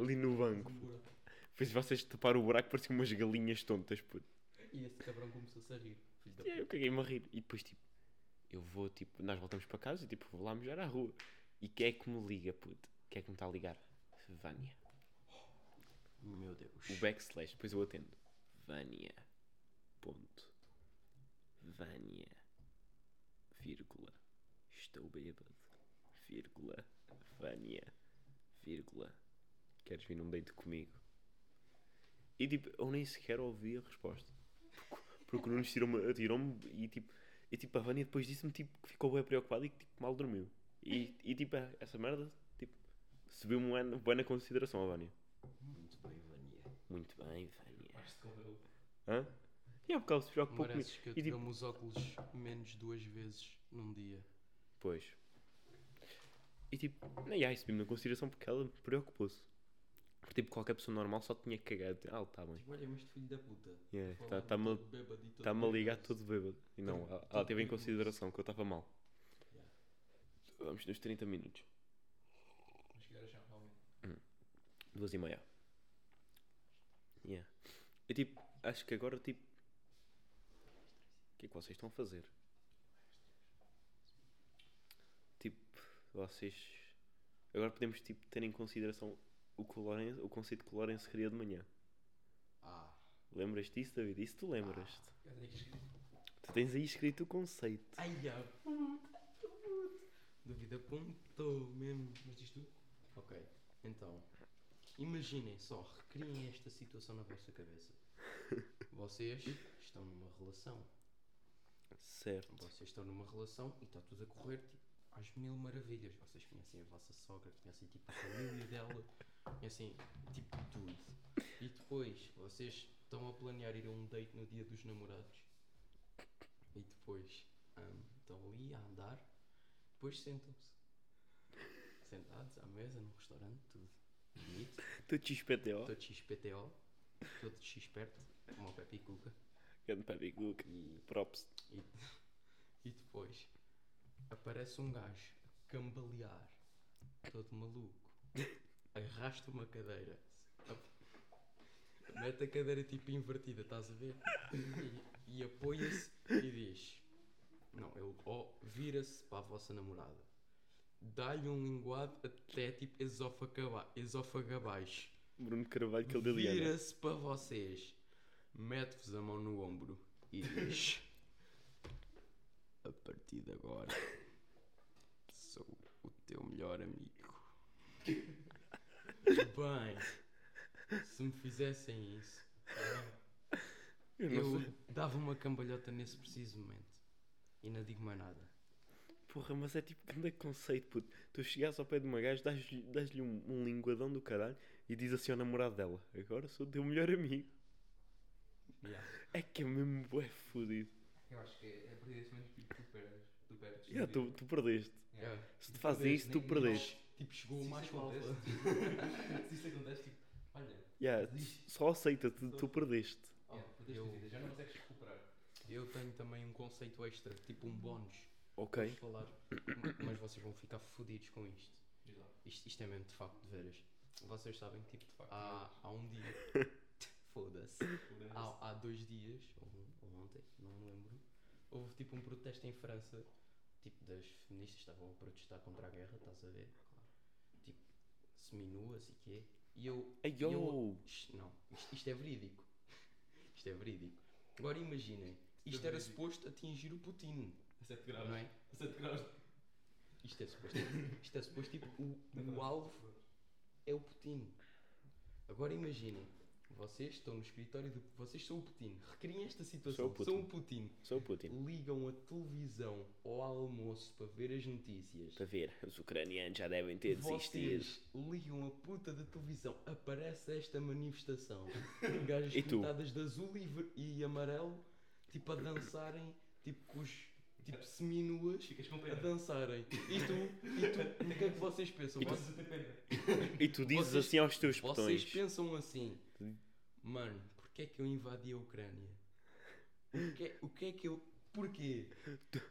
Speaker 1: Ali no banco. puto. Depois vocês taparam o buraco, pareciam umas galinhas tontas, puto.
Speaker 4: E esse cabrão começou-se a rir. Filho da
Speaker 1: E aí eu caguei-me a rir. E depois, tipo, eu vou, tipo, nós voltamos para casa e, tipo, vou lá mijar à rua. E quem é que me liga, puto? Quem é que me está a ligar? Vânia.
Speaker 4: puta. Meu Deus.
Speaker 1: O backslash, depois eu atendo. Vânia. Ponto. Vânia. Vírgula. Estou bêbado. Vírgula. Vânia. Vírgula. Queres vir num date comigo? E tipo, eu nem sequer ouvi a resposta. Porque, porque o Nunes tirou-me atirou-me e tipo. E tipo, a Vânia depois disse-me tipo, que ficou bem preocupada e que tipo, mal dormiu. E, e tipo, essa merda tipo, subiu-me bué na- bué na consideração a Vânia.
Speaker 4: Muito bem, Vania.
Speaker 1: Muito bem, Vânia.
Speaker 2: Faz-te como eu.
Speaker 1: Hã? E é porque ela se preocupa comigo.
Speaker 4: Mereces que eu
Speaker 1: E
Speaker 4: te
Speaker 1: tipo,
Speaker 4: dê-me os óculos menos duas vezes num dia.
Speaker 1: pois. E tipo, nem aí subi-me na consideração porque ela preocupou-se. Porque tipo, qualquer pessoa normal só tinha cagado. Ah, tá bem.
Speaker 4: Tipo, olha-me este filho da puta.
Speaker 1: Yeah,
Speaker 4: Falar-me
Speaker 1: Está-me
Speaker 4: todo bêbado e todo
Speaker 1: tá a ligar
Speaker 4: nervoso.
Speaker 1: todo bêbado. E não,
Speaker 4: Todo-
Speaker 1: ela, ela
Speaker 4: todo
Speaker 1: teve em
Speaker 4: nervoso.
Speaker 1: consideração que eu estava mal.
Speaker 4: Yeah.
Speaker 1: Vamos nos 30 minutos. Hum.
Speaker 2: Mas que horas são, realmente?
Speaker 1: Duas e meia. Yeah. Eu tipo, acho que agora tipo. O que é que vocês estão a fazer? Tipo, vocês. Agora podemos tipo, ter em consideração o, que o, Lourenço- o conceito que o Lourenço queria de manhã.
Speaker 4: Ah,
Speaker 1: Lembras-te disso, David? Isso tu lembras-te.
Speaker 2: Eu tenho que escrever.
Speaker 1: Tu tens aí escrito o conceito.
Speaker 4: ai, a puta. Duvida apontou mesmo. Mas diz tu? Ok, então. Imaginem só, recriem esta situação na
Speaker 1: [LAUGHS]
Speaker 4: vossa cabeça. Vocês estão numa relação.
Speaker 1: Certo.
Speaker 4: Vocês estão numa relação e está tudo a correr tipo, às mil maravilhas. Vocês conhecem a vossa sogra, conhecem tipo a família dela, conhecem tipo tudo. E depois vocês estão a planear ir a um date no dia dos namorados. E depois ahm, estão ali a andar, depois sentam-se. Sentados à mesa, num restaurante, tudo. Bonito.
Speaker 1: Tu te espeteou.
Speaker 4: Todo XPTO, todo XPerto, como o Pepe e Cuca.
Speaker 1: Grande Papi Cook.
Speaker 4: E
Speaker 1: Props.
Speaker 4: e, e depois aparece um gajo a cambalear, todo maluco, arrasta uma cadeira, ap- mete a cadeira tipo invertida, estás a ver? E, e apoia-se e diz: Não, ele ó, vira-se para a vossa namorada, dá-lhe um linguado até tipo esófago, esófago abaixo.
Speaker 1: Bruno Carvalho, que ele Liliana.
Speaker 4: Vira-se para vocês, mete-vos a mão no ombro e diz: A partir de agora, sou o teu melhor amigo. Bem, se me fizessem isso,
Speaker 1: Eu não
Speaker 4: eu
Speaker 1: sei.
Speaker 4: dava uma cambalhota nesse preciso momento. E não digo mais nada.
Speaker 1: Porra, mas é tipo grande conceito, puto. Tu chegares ao pé de uma gaja, dás-lhe dás-lhe um, um linguadão do caralho e diz assim ao namorado dela: Agora sou o teu melhor amigo.
Speaker 4: Yeah.
Speaker 1: É que é mesmo bué fudido.
Speaker 2: Eu acho que é a partir desse momento que tu perdes. Tu perdes.
Speaker 1: Já, tu, tu perdeste.
Speaker 4: Yeah.
Speaker 1: Se te fazem isso, tu
Speaker 2: nem- nem
Speaker 1: perdeste. né?
Speaker 4: Tipo, chegou o
Speaker 2: Se
Speaker 4: mais
Speaker 2: isso acontece,
Speaker 4: alfa.
Speaker 2: tipo, [LAUGHS] Se isso acontece, tipo, olha,
Speaker 1: Já, tu- só aceita, tu, tu perdeste.
Speaker 2: oh,
Speaker 4: Yeah,
Speaker 2: perdeste
Speaker 4: eu-
Speaker 2: a vida, já não consegues recuperar.
Speaker 4: Eu tenho também um conceito extra, tipo um bónus.
Speaker 1: Ok.
Speaker 4: Vamos falar, ma- mas vocês vão ficar fodidos com isto.
Speaker 2: Diz lá.
Speaker 4: isto. Isto é mesmo de facto de veras. Vocês sabem que tipo, há, há um dia, [LAUGHS] foda-se, há, há dois dias, ou, um- ou ontem, não me lembro, houve tipo um protesto em França, tipo das feministas estavam a protestar contra a guerra, estás a ver? Tipo, seminuas e quê? E eu.
Speaker 1: Ai,
Speaker 4: e eu
Speaker 1: yo!
Speaker 4: isto, não, isto, isto é verídico. Isto é verídico. Agora imaginem, isto era suposto atingir o Putin,
Speaker 2: é A 7
Speaker 4: não
Speaker 2: graus.
Speaker 4: é?
Speaker 2: A 7 graus.
Speaker 4: Isto é suposto. Isto é suposto, tipo, o, o alvo é o Putin. Agora imaginem, vocês estão no escritório do. Vocês são o Putin. Recriem esta
Speaker 1: Sou o
Speaker 4: situação.
Speaker 1: Putin.
Speaker 4: São o Putin.
Speaker 1: Sou o Putin.
Speaker 4: Ligam a televisão ao almoço para ver as notícias.
Speaker 1: Para ver, os ucranianos já devem ter desistido.
Speaker 4: Vocês ligam a puta da televisão, aparece esta manifestação.
Speaker 1: [LAUGHS]
Speaker 4: Gajas
Speaker 1: E tu?
Speaker 4: pintadas de azul e, ver- e amarelo, tipo a dançarem, tipo com os. tipo é. seminuas
Speaker 7: Ficas com
Speaker 4: a
Speaker 7: pena.
Speaker 4: dançarem. E tu, e tu, o que é que vocês pensam?
Speaker 1: E tu-
Speaker 4: Vocês-
Speaker 1: E tu dizes
Speaker 4: Vocês-
Speaker 1: assim aos teus
Speaker 4: Vocês
Speaker 1: botões.
Speaker 4: pensam assim,
Speaker 1: Sim.
Speaker 4: mano, porque é que eu invadi a Ucrânia? O que é, o que, é que eu. Porquê?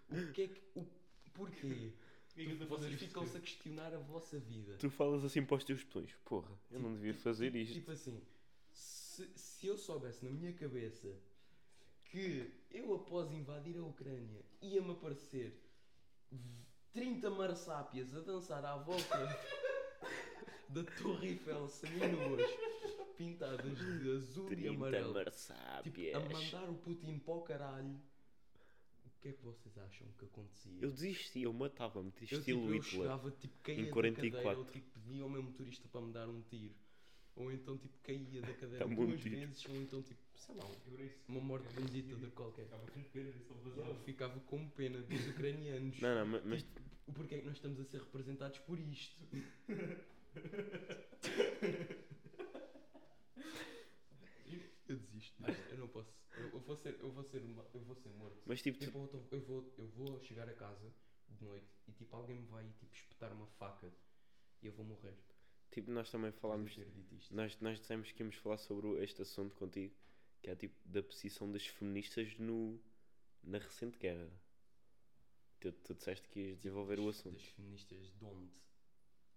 Speaker 4: O que é que. O, porquê? Tu- vocês ficam-se a questionar a vossa vida.
Speaker 1: Tu falas assim para os teus botões. Porra, eu não devia fazer
Speaker 4: Tipo-
Speaker 1: isto.
Speaker 4: Tipo assim, se, se eu soubesse na minha cabeça que eu, após invadir a Ucrânia, ia-me aparecer 30 marsápias a dançar à volta [LAUGHS] da Torre Eiffel seminuas, pintadas de azul e
Speaker 1: 30
Speaker 4: amarelo, tipo, a
Speaker 1: marsápias.
Speaker 4: mandar o Putin para o caralho. O que é que vocês acham que acontecia?
Speaker 1: Eu desistia, eu matava-me, de
Speaker 4: Eu,
Speaker 1: estilo
Speaker 4: tipo, eu
Speaker 1: Hitler.
Speaker 4: chegava, tipo, caía da
Speaker 1: 44.
Speaker 4: cadeira, ou tipo, pedia ao meu motorista para me dar um tiro. Ou então, tipo, caía da cadeira
Speaker 1: Dá-me um
Speaker 4: duas
Speaker 1: tiro.
Speaker 4: vezes, ou então, tipo, sei lá, uma morte bendita de um qualquer.
Speaker 7: Ficava com pena, só
Speaker 4: Eu
Speaker 7: vazava.
Speaker 4: ficava com pena dos ucranianos.
Speaker 1: Não, não, ma- mas
Speaker 4: O porquê é que nós estamos a ser representados por isto? eu desisto, disto. eu não posso. Eu, eu vou ser, eu vou ser, uma- eu vou ser morto.
Speaker 1: mas tipo, tu-
Speaker 4: Tipo, eu, tô- eu vou, eu vou chegar a casa de noite e tipo alguém me vai tipo, espetar uma faca e eu vou morrer.
Speaker 1: tipo, nós também falámos.
Speaker 4: Depois de ter dito isto.
Speaker 1: Nós, nós dissemos que íamos falar sobre o- este assunto contigo, que é tipo da posição das feministas no, na recente guerra. Tu, tu disseste que ias desenvolver o
Speaker 4: Das-
Speaker 1: assunto
Speaker 4: Das feministas de onde?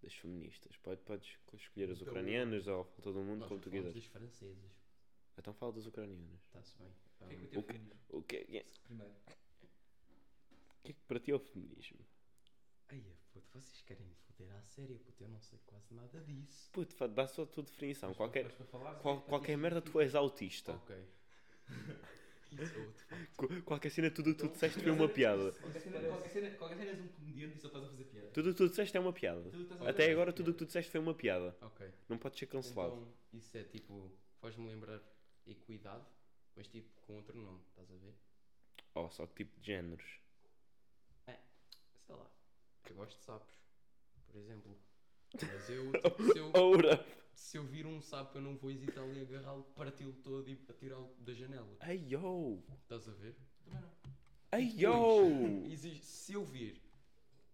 Speaker 1: das feministas. Pode, podes escolher as
Speaker 4: Então,
Speaker 1: ucranianas ou a volta do mundo,
Speaker 4: Nós
Speaker 1: como
Speaker 4: falamos
Speaker 1: tu quiseres.
Speaker 4: das francesas.
Speaker 1: Então fala das ucranianas.
Speaker 4: Está-se bem.
Speaker 2: O que é que
Speaker 4: Um,
Speaker 2: eu tenho
Speaker 1: O que-
Speaker 2: feminismo?
Speaker 1: O que, é- o
Speaker 2: Primeiro.
Speaker 1: que é que para ti é o feminismo?
Speaker 4: Ai, puto, vocês querem me foder à sério, puto, eu não sei quase nada disso.
Speaker 1: Puto, fa- dá só a tua definição. Qualquer,
Speaker 2: Mas para falar,
Speaker 1: qual- qualquer merda tu és
Speaker 2: Tá.
Speaker 1: autista.
Speaker 4: Ok. [LAUGHS] Isso é outro.
Speaker 1: Qu- Qualquer cena, tudo o que tu disseste foi uma piada.
Speaker 2: Qualquer cena- qualquer cena- qualquer cena és um comediante e só estás a fazer piada.
Speaker 1: Tudo o que tu disseste é uma piada.
Speaker 2: Tu estás a
Speaker 1: Até
Speaker 2: fazer-
Speaker 1: agora, tudo o que tu disseste foi uma piada.
Speaker 4: Ok.
Speaker 1: Não podes ser cancelado.
Speaker 4: Então, isso é tipo, faz-me lembrar equidade, mas tipo com outro nome, estás a ver?
Speaker 1: Ó, só que tipo de géneros.
Speaker 4: Sei lá. Eu gosto de sapos, por exemplo. Mas eu, tipo, se eu,
Speaker 1: Oura!
Speaker 4: se eu vir um sapo, eu não vou hesitar ali a agarrá-lo, parti-lo todo e atirá-lo da janela.
Speaker 1: Ei yo!
Speaker 4: Estás a ver?
Speaker 1: Ei
Speaker 4: Depois,
Speaker 1: yo!
Speaker 4: exi- se eu vir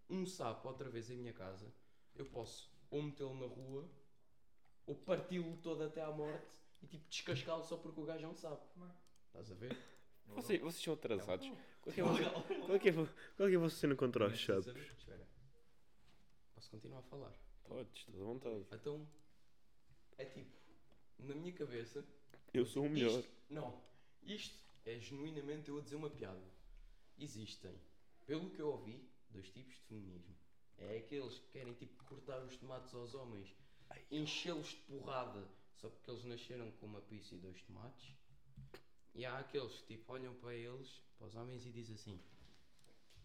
Speaker 4: um sapo outra vez em minha casa, eu posso ou metê-lo na rua, ou parti-lo todo até à morte e tipo descascá-lo só porque o gajo é um sapo. Estás a ver?
Speaker 1: Vocês,
Speaker 4: então.
Speaker 1: vocês são atrasados. Qual é que é você- qual é que é vo- qual é que é você não contra os
Speaker 4: Estás então. a
Speaker 1: chapos?
Speaker 4: ver? Espera. Posso continuar a falar?
Speaker 1: Podes, estás à vontade.
Speaker 4: Então, é tipo, na minha cabeça.
Speaker 1: Eu sou o um melhor.
Speaker 4: Isto, não, isto é genuinamente eu a dizer uma piada. Existem, pelo que eu ouvi, dois tipos de feminismo. É aqueles que querem tipo cortar os tomates aos homens, enchê-los de porrada só porque eles nasceram com uma pizza e dois tomates. E há aqueles que tipo olham para eles, para os homens, e dizem assim: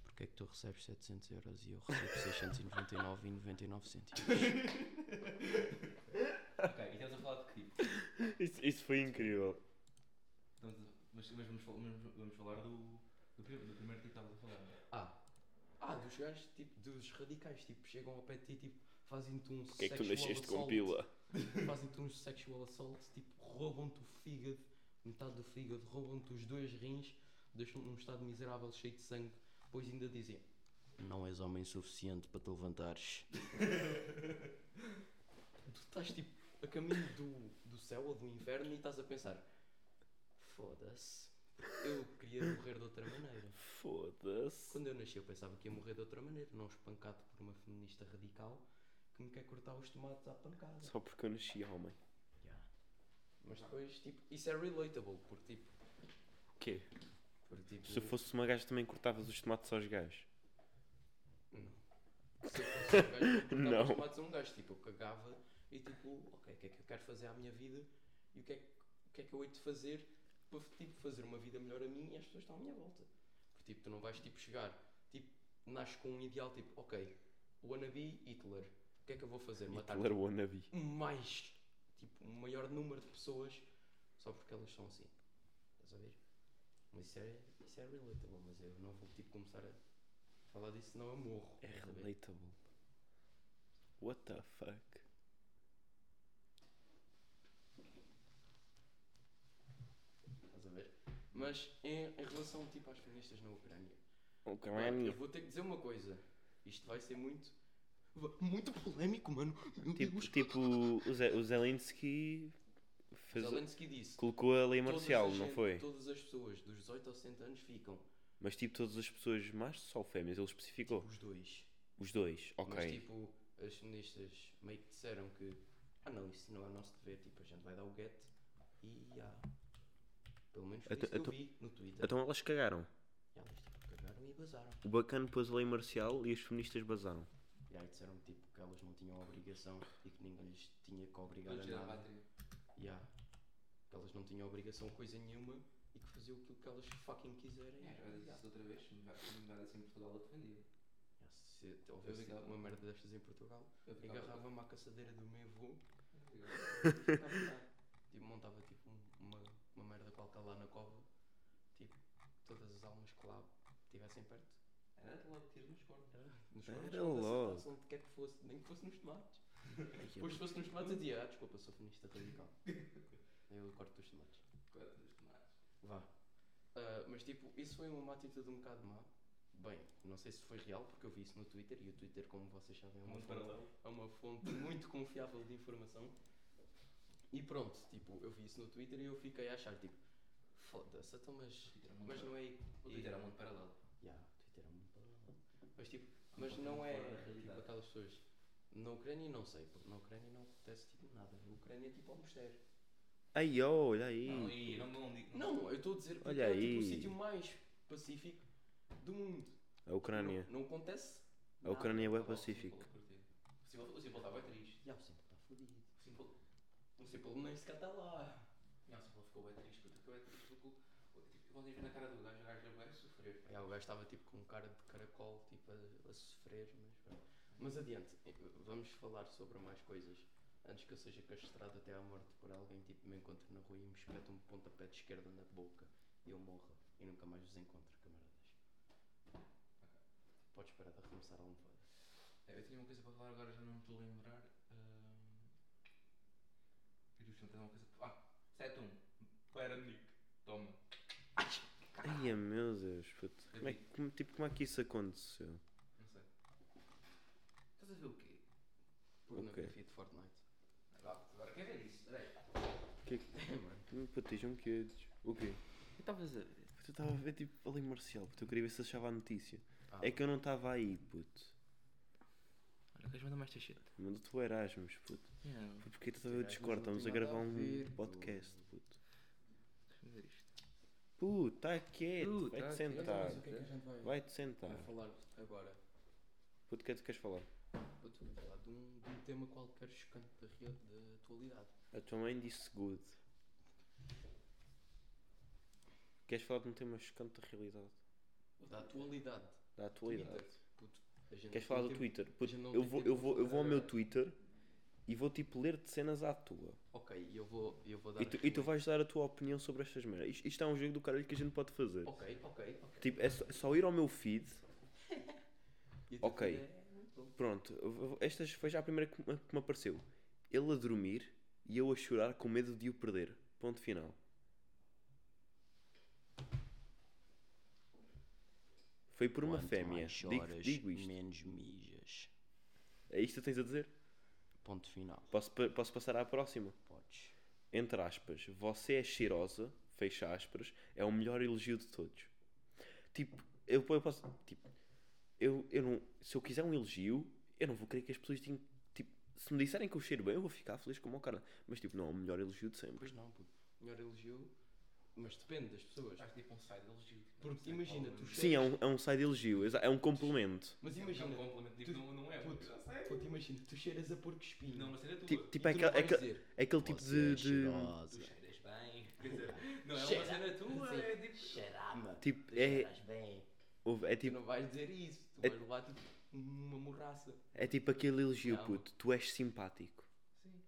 Speaker 4: Porquê é que tu recebes 700 euros e eu recebo 699,99 cêntimos?
Speaker 2: Ok, e estamos a falar de que tipo?
Speaker 1: Isso, isso foi incrível.
Speaker 2: Estamos a- Mas, mas vamos, fal- mas vamos falar do, do, prim- do primeiro tipo que estávamos a falar. não é?
Speaker 4: Ah, ah, dos gajos, tipo, dos radicais, tipo, chegam ao pé de ti, tipo, fazem-te um
Speaker 1: Porquê é que tu
Speaker 4: sexual
Speaker 1: nasceste com
Speaker 4: assault,
Speaker 1: pila?
Speaker 4: Fazem-te um sexual assault, tipo, roubam-te o fígado, metade do fígado, roubam-te os dois rins, deixam-te num estado miserável, cheio de sangue, depois ainda dizem, não és homem suficiente para te levantares. [LAUGHS] tu estás, tipo, a caminho do, do céu ou do inverno e estás a pensar, foda-se, eu queria morrer de outra maneira.
Speaker 1: Foda-se.
Speaker 4: Quando eu nasci eu pensava que ia morrer de outra maneira, não espancado por uma feminista radical que me quer cortar os tomates à pancada.
Speaker 1: Só porque eu nasci homem.
Speaker 4: Yeah. Mas depois, tipo, isso é relatable, porque tipo,
Speaker 1: O quê?
Speaker 4: porque, tipo
Speaker 1: Se eu fosse uma gaja também cortavas os tomates aos gajos.
Speaker 4: Não. Se eu fosse
Speaker 1: [LAUGHS]
Speaker 4: um gajo, eu cortava
Speaker 1: Não.
Speaker 4: os tomates a um gajo, tipo, eu cagava e tipo, ok, o que é que eu quero fazer à minha vida e o que é que, o que, é que eu hei de fazer para tipo, fazer uma vida melhor a mim e às pessoas que estão à minha volta. Porque tipo, tu não vais tipo chegar, tipo, nasces com um ideal tipo, ok, wannabe Hitler, o que é que eu vou fazer? Matar
Speaker 1: Hitler wannabe.
Speaker 4: um mais, tipo, um maior número de pessoas só porque elas são assim. Estás a ver? Mas isso é, isso é relatable, mas eu não vou tipo começar a falar disso, senão eu morro.
Speaker 1: É
Speaker 4: estás a ver?
Speaker 1: relatable. What the fuck?
Speaker 4: Estás a ver? Mas em, em relação tipo às feministas na Ucrânia,
Speaker 1: O câmera é minha.
Speaker 4: Eu vou ter que dizer uma coisa. Isto vai ser muito. Muito polémico, mano. Meu
Speaker 1: Tipo,
Speaker 4: Deus.
Speaker 1: tipo o, Ze- o Zelensky fez-
Speaker 4: Zelensky disse.
Speaker 1: colocou a lei
Speaker 4: "Todas
Speaker 1: marcial,
Speaker 4: as
Speaker 1: não
Speaker 4: gen-
Speaker 1: foi?
Speaker 4: Todas as pessoas dos 18 aos 60 anos ficam.
Speaker 1: Mas tipo, todas as pessoas, mais só fêmeas, ele especificou.
Speaker 4: Os dois.
Speaker 1: Os dois, ok.
Speaker 4: Mas tipo, as feministas meio que disseram que. Ah não, isso não é nosso dever. Tipo, a gente vai dar o get. E ah, Pelo menos foi
Speaker 1: Então-
Speaker 4: isso que eu
Speaker 1: então-
Speaker 4: vi no Twitter.
Speaker 1: Então elas cagaram.
Speaker 4: E elas tipo, cagaram e bazaram.
Speaker 1: O bacana pôs a lei marcial e as feministas basaram.
Speaker 4: E aí disseram tipo, que elas não tinham obrigação e que ninguém lhes tinha que obrigar
Speaker 2: é,
Speaker 7: Para
Speaker 4: a
Speaker 7: tirar a
Speaker 4: nada.
Speaker 7: pátria.
Speaker 4: Ya. Que elas não tinham obrigação a coisa nenhuma e que faziam aquilo que elas fucking quiserem.
Speaker 2: É, já disse isso outra vez, me vai me vai assim em Portugal, eu defendia.
Speaker 4: Ya, ah, Se
Speaker 2: Eu vi
Speaker 4: houvesse
Speaker 2: que ela-
Speaker 4: uma merda destas em Portugal,
Speaker 2: Eu ficava-
Speaker 4: agarrava-me à caçadeira do meu avô e montava tipo um- uma, uma merda qualquer lá na cova. Tipo, todas as almas que lá estivessem perto.
Speaker 2: Era de logo tiro nos cornos.
Speaker 4: Era, nos
Speaker 1: Era
Speaker 4: cornos, foda-se,
Speaker 1: logo. Tipo,
Speaker 4: foda-se, Onde quer que fosse, nem que fosse nos tomates. Depois se fosse nos tomates eu dizia, ah desculpa, sou feminista
Speaker 1: [LAUGHS]
Speaker 4: radical. eu corto os tomates.
Speaker 2: Corta os tomates.
Speaker 4: Vá. Ah, mas tipo, isso foi uma atitude um bocado má. Bem, não sei se foi real, porque eu vi isso no Twitter e o Twitter, como vocês sabem, é uma,
Speaker 2: um
Speaker 7: Muito
Speaker 4: fonte,
Speaker 7: paralelo.
Speaker 4: é uma fonte muito confiável de informação. E pronto, tipo, eu vi isso no Twitter e eu fiquei a achar, tipo, foda-se, então, mas,
Speaker 2: Twitter é muito
Speaker 4: mas
Speaker 2: paralelo.
Speaker 4: não é.
Speaker 2: O Twitter é muito paralelo.
Speaker 4: Yeah, o Twitter é muito paralelo. Mas tipo, mas não é
Speaker 2: Fora da
Speaker 4: tipo
Speaker 2: realidade.
Speaker 4: aquelas pessoas. Na Ucrânia não sei, porque na Ucrânia não acontece tipo nada. Na Ucrânia é tipo ao mistério.
Speaker 1: Ai, oh, olha aí.
Speaker 7: Não, e não, não digo.
Speaker 4: Não, eu estou a dizer que
Speaker 1: Olha
Speaker 4: é tipo
Speaker 1: aí.
Speaker 4: o sítio mais pacífico do mundo.
Speaker 1: A Ucrânia.
Speaker 4: Não, não acontece.
Speaker 1: A
Speaker 4: nada.
Speaker 1: Ucrânia é
Speaker 2: Tá bom,
Speaker 1: pacífico.
Speaker 2: O Simple- o Simple- o Simple está bem triste.
Speaker 4: Já, o Simple tá está fodido.
Speaker 2: O Simple-
Speaker 4: O Simple nem sequer está lá.
Speaker 2: Não, o Simple ficou bem triste, puta, ficou bem triste porque o- o- tipo, vocês veem na cara do gajo, o gajo vai sofrer.
Speaker 4: É, o gajo estava tipo com cara de caracol, tipo a, a sofrer, mas pronto. Mas adiante, eh, vamos falar sobre mais coisas. Antes que eu seja castrado até à morte por alguém, tipo, me encontre na rua e me espeta um pontapé de esquerda na boca e eu morra e nunca mais os encontro, camaradas. Podes parar de arremessar a almofada.
Speaker 2: É, Eu tinha uma coisa para falar, agora já não me estou a lembrar. Ahm, Eu tinha uma coisa. Ah, 7-1.
Speaker 7: Para Nick. Toma.
Speaker 1: Ai, é, meu Deus, puto. Como é, que- como- tipo, como é que isso aconteceu?
Speaker 2: Não sei. Estás a ver o quê?
Speaker 4: Pornografia de Fortnite.
Speaker 2: Agora agora quer ver isso? Peraí.
Speaker 4: É, mano.
Speaker 1: Hum, Puto, diz-me que és. O quê?
Speaker 8: Eu estava a ver.
Speaker 1: Puto, eu estava a ver tipo ali Marcial, puto. Eu queria ver se achava a notícia.
Speaker 4: Ah.
Speaker 1: É que eu não estava aí, puto.
Speaker 8: Olha, queres mandar mais esta shit?
Speaker 1: Mandou-te o Erasmus, puto.
Speaker 8: Não,
Speaker 1: Puto, Porque estás a ver o
Speaker 4: Erasmus
Speaker 1: Discord?
Speaker 4: não
Speaker 1: Estamos a
Speaker 4: tem nada
Speaker 1: gravar
Speaker 4: a
Speaker 1: um
Speaker 4: ver,
Speaker 1: podcast, puto.
Speaker 8: deixa-me ver isto.
Speaker 1: Puto, está quieto.
Speaker 8: Puto, tá
Speaker 1: Vai-te
Speaker 8: quieto.
Speaker 1: sentar.
Speaker 9: Mas o que é que a gente vai.
Speaker 1: Vai-te sentar.
Speaker 4: Vou falar agora.
Speaker 1: Puto, o que é que tu queres falar?
Speaker 4: Eu estou a falar de um, de um tema qualquer chocante da, rea- da atualidade.
Speaker 1: A tua mãe disse good. Queres falar de um tema chocante da realidade?
Speaker 4: Da atualidade.
Speaker 1: Da atualidade?
Speaker 4: Twitter. Puto, a gente
Speaker 1: Queres
Speaker 4: não
Speaker 1: falar do
Speaker 4: tem-
Speaker 1: Twitter? Puto,
Speaker 4: não
Speaker 1: eu
Speaker 4: tem
Speaker 1: vou,
Speaker 4: tempo
Speaker 1: eu,
Speaker 4: para
Speaker 1: vou, eu
Speaker 4: falar
Speaker 1: vou ao meu
Speaker 4: agora.
Speaker 1: Twitter e vou tipo ler-te cenas à tua.
Speaker 4: Ok, e eu vou, eu vou dar.
Speaker 1: E tu,
Speaker 4: as
Speaker 1: e tu
Speaker 4: minhas-
Speaker 1: vais dar a tua opinião sobre estas merdas. Isto, isto é um jogo do caralho que a gente pode fazer.
Speaker 4: Ok, ok, ok.
Speaker 1: Tipo, é só, é só ir ao meu feed.
Speaker 4: E o teu
Speaker 1: ok.
Speaker 4: Twitter é muito bom.
Speaker 1: Pronto, eu vou- estas foi já a primeira que me, que me apareceu. Ele a dormir e eu a chorar com medo de o perder. Ponto final. Foi por uma
Speaker 4: Quanto
Speaker 1: fêmea.
Speaker 4: mais
Speaker 1: Digo,
Speaker 4: choras,
Speaker 1: digo isto.
Speaker 4: Menos mijas.
Speaker 1: É isto que tens a dizer?
Speaker 4: Ponto final.
Speaker 1: Posso, pa- posso passar à próxima?
Speaker 4: Podes.
Speaker 1: Entre aspas, você é cheirosa, fecha aspas, é o melhor elogio de todos. Tipo, eu, eu posso. Tipo, eu, eu não. Se eu quiser um elogio, eu não vou querer que as pessoas tenham. Tipo, se me disserem que eu cheiro bem, eu vou ficar feliz como o cara. Mas, tipo, não, é o melhor elogio de sempre.
Speaker 4: Pois não, puto. Melhor elogio. Mas depende das pessoas.
Speaker 2: Faz tipo um side elogio. tipo, um
Speaker 4: Porque
Speaker 2: side
Speaker 4: imagina,
Speaker 2: follow,
Speaker 4: tu
Speaker 2: né?
Speaker 1: Sim, é um, é um side elogio, exa- é um complemento.
Speaker 4: Mas
Speaker 7: É um
Speaker 4: imagina,
Speaker 7: complemento. Tipo,
Speaker 4: Tu-
Speaker 7: não, não é.
Speaker 4: puto,
Speaker 7: já sei.
Speaker 4: puto, imagina, tu cheiras a porco espinho.
Speaker 7: Não, mas cena é tua.
Speaker 1: Tipo,
Speaker 7: Tipo,
Speaker 1: tipo é, aquele, é, aquele, é aquele tipo de. de-
Speaker 4: é
Speaker 8: tipo,
Speaker 7: tu cheiras bem. Quer dizer, não é uma
Speaker 4: Cheira.
Speaker 7: cena tua. É tipo.
Speaker 4: Cheirama.
Speaker 1: tipo,
Speaker 4: Tu
Speaker 1: é,
Speaker 4: cheiras bem.
Speaker 1: ouve, é,
Speaker 4: Tu
Speaker 1: tipo,
Speaker 4: não vais dizer isso. Tu
Speaker 1: É-
Speaker 4: vais levar tipo, uma morraça.
Speaker 1: é tipo aquele elogio,
Speaker 4: Não.
Speaker 1: puto. Tu és simpático.
Speaker 2: Sim.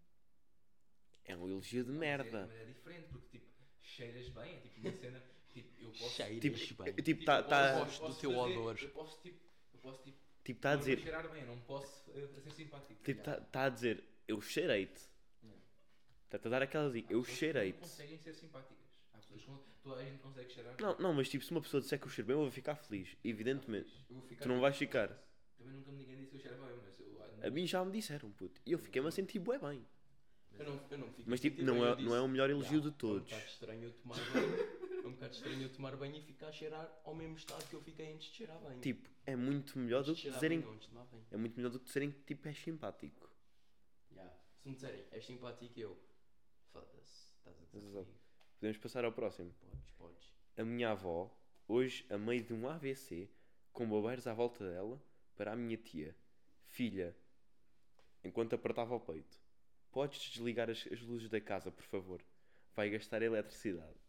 Speaker 1: É um elogio de
Speaker 2: Mas é-
Speaker 1: merda.
Speaker 2: Mas é diferente, porque tipo, cheiras bem, é tipo uma cena. Tipo, eu posso.
Speaker 1: Tipo,
Speaker 4: Cheiras bem.
Speaker 1: tipo, tá,
Speaker 2: eu
Speaker 1: tá,
Speaker 2: posso-
Speaker 4: gosto do
Speaker 2: posso
Speaker 4: teu
Speaker 2: fazer-
Speaker 4: odor.
Speaker 2: Eu posso tipo. Eu posso tipo.
Speaker 1: tipo, tá a
Speaker 2: não vou
Speaker 1: dizer,
Speaker 2: cheirar bem, eu não posso eh, ser simpático.
Speaker 1: tipo, tá, tá a dizer, eu cheirei-te. Tá-te a dar aquela dica, eu
Speaker 2: Há pessoas que não
Speaker 1: cheirei-te.
Speaker 2: conseguem ser simpáticas. Há pessoas Mas con- Toda a gente consegue cheirar.
Speaker 1: Não, não, mas tipo, se uma pessoa disser que eu cheiro bem, eu vou ficar feliz. Evidentemente.
Speaker 2: Eu vou ficar-
Speaker 1: Tu não vais ficar.
Speaker 2: Também nunca me ninguém disse que eu cheiro bem, mas eu.
Speaker 1: A mim já me disseram, puto. E eu fiquei-me a sentir bué bem.
Speaker 4: Eu não, eu não fico.
Speaker 1: Mas tipo,
Speaker 4: sentido,
Speaker 1: não
Speaker 4: eu
Speaker 1: é, não é
Speaker 4: disse,
Speaker 1: o melhor elogio
Speaker 4: "Ya,
Speaker 1: de todos.
Speaker 4: É um bocado estranho eu tomar banho. é um bocado estranho eu tomar banho e ficar a cheirar ao mesmo estado que eu fiquei antes de cheirar banho.
Speaker 1: Tipo, é muito melhor do
Speaker 4: Antes de
Speaker 1: que
Speaker 4: cheirar
Speaker 1: dizerem.
Speaker 4: banho, não, antes de tomar banho.
Speaker 1: É muito melhor do que dizerem que tipo és simpático.
Speaker 4: Ya. Se me disserem, és simpático, eu. Foda-se, estás a dizer.
Speaker 1: Exato.
Speaker 4: comigo.
Speaker 1: Podemos passar ao próximo.
Speaker 4: Podes, podes.
Speaker 1: A minha avó, hoje a meio de um AVC, com bobeiros à volta dela, para a minha tia, filha, enquanto apertava o peito. Podes desligar as, as luzes da casa, por favor. Vai gastar eletricidade.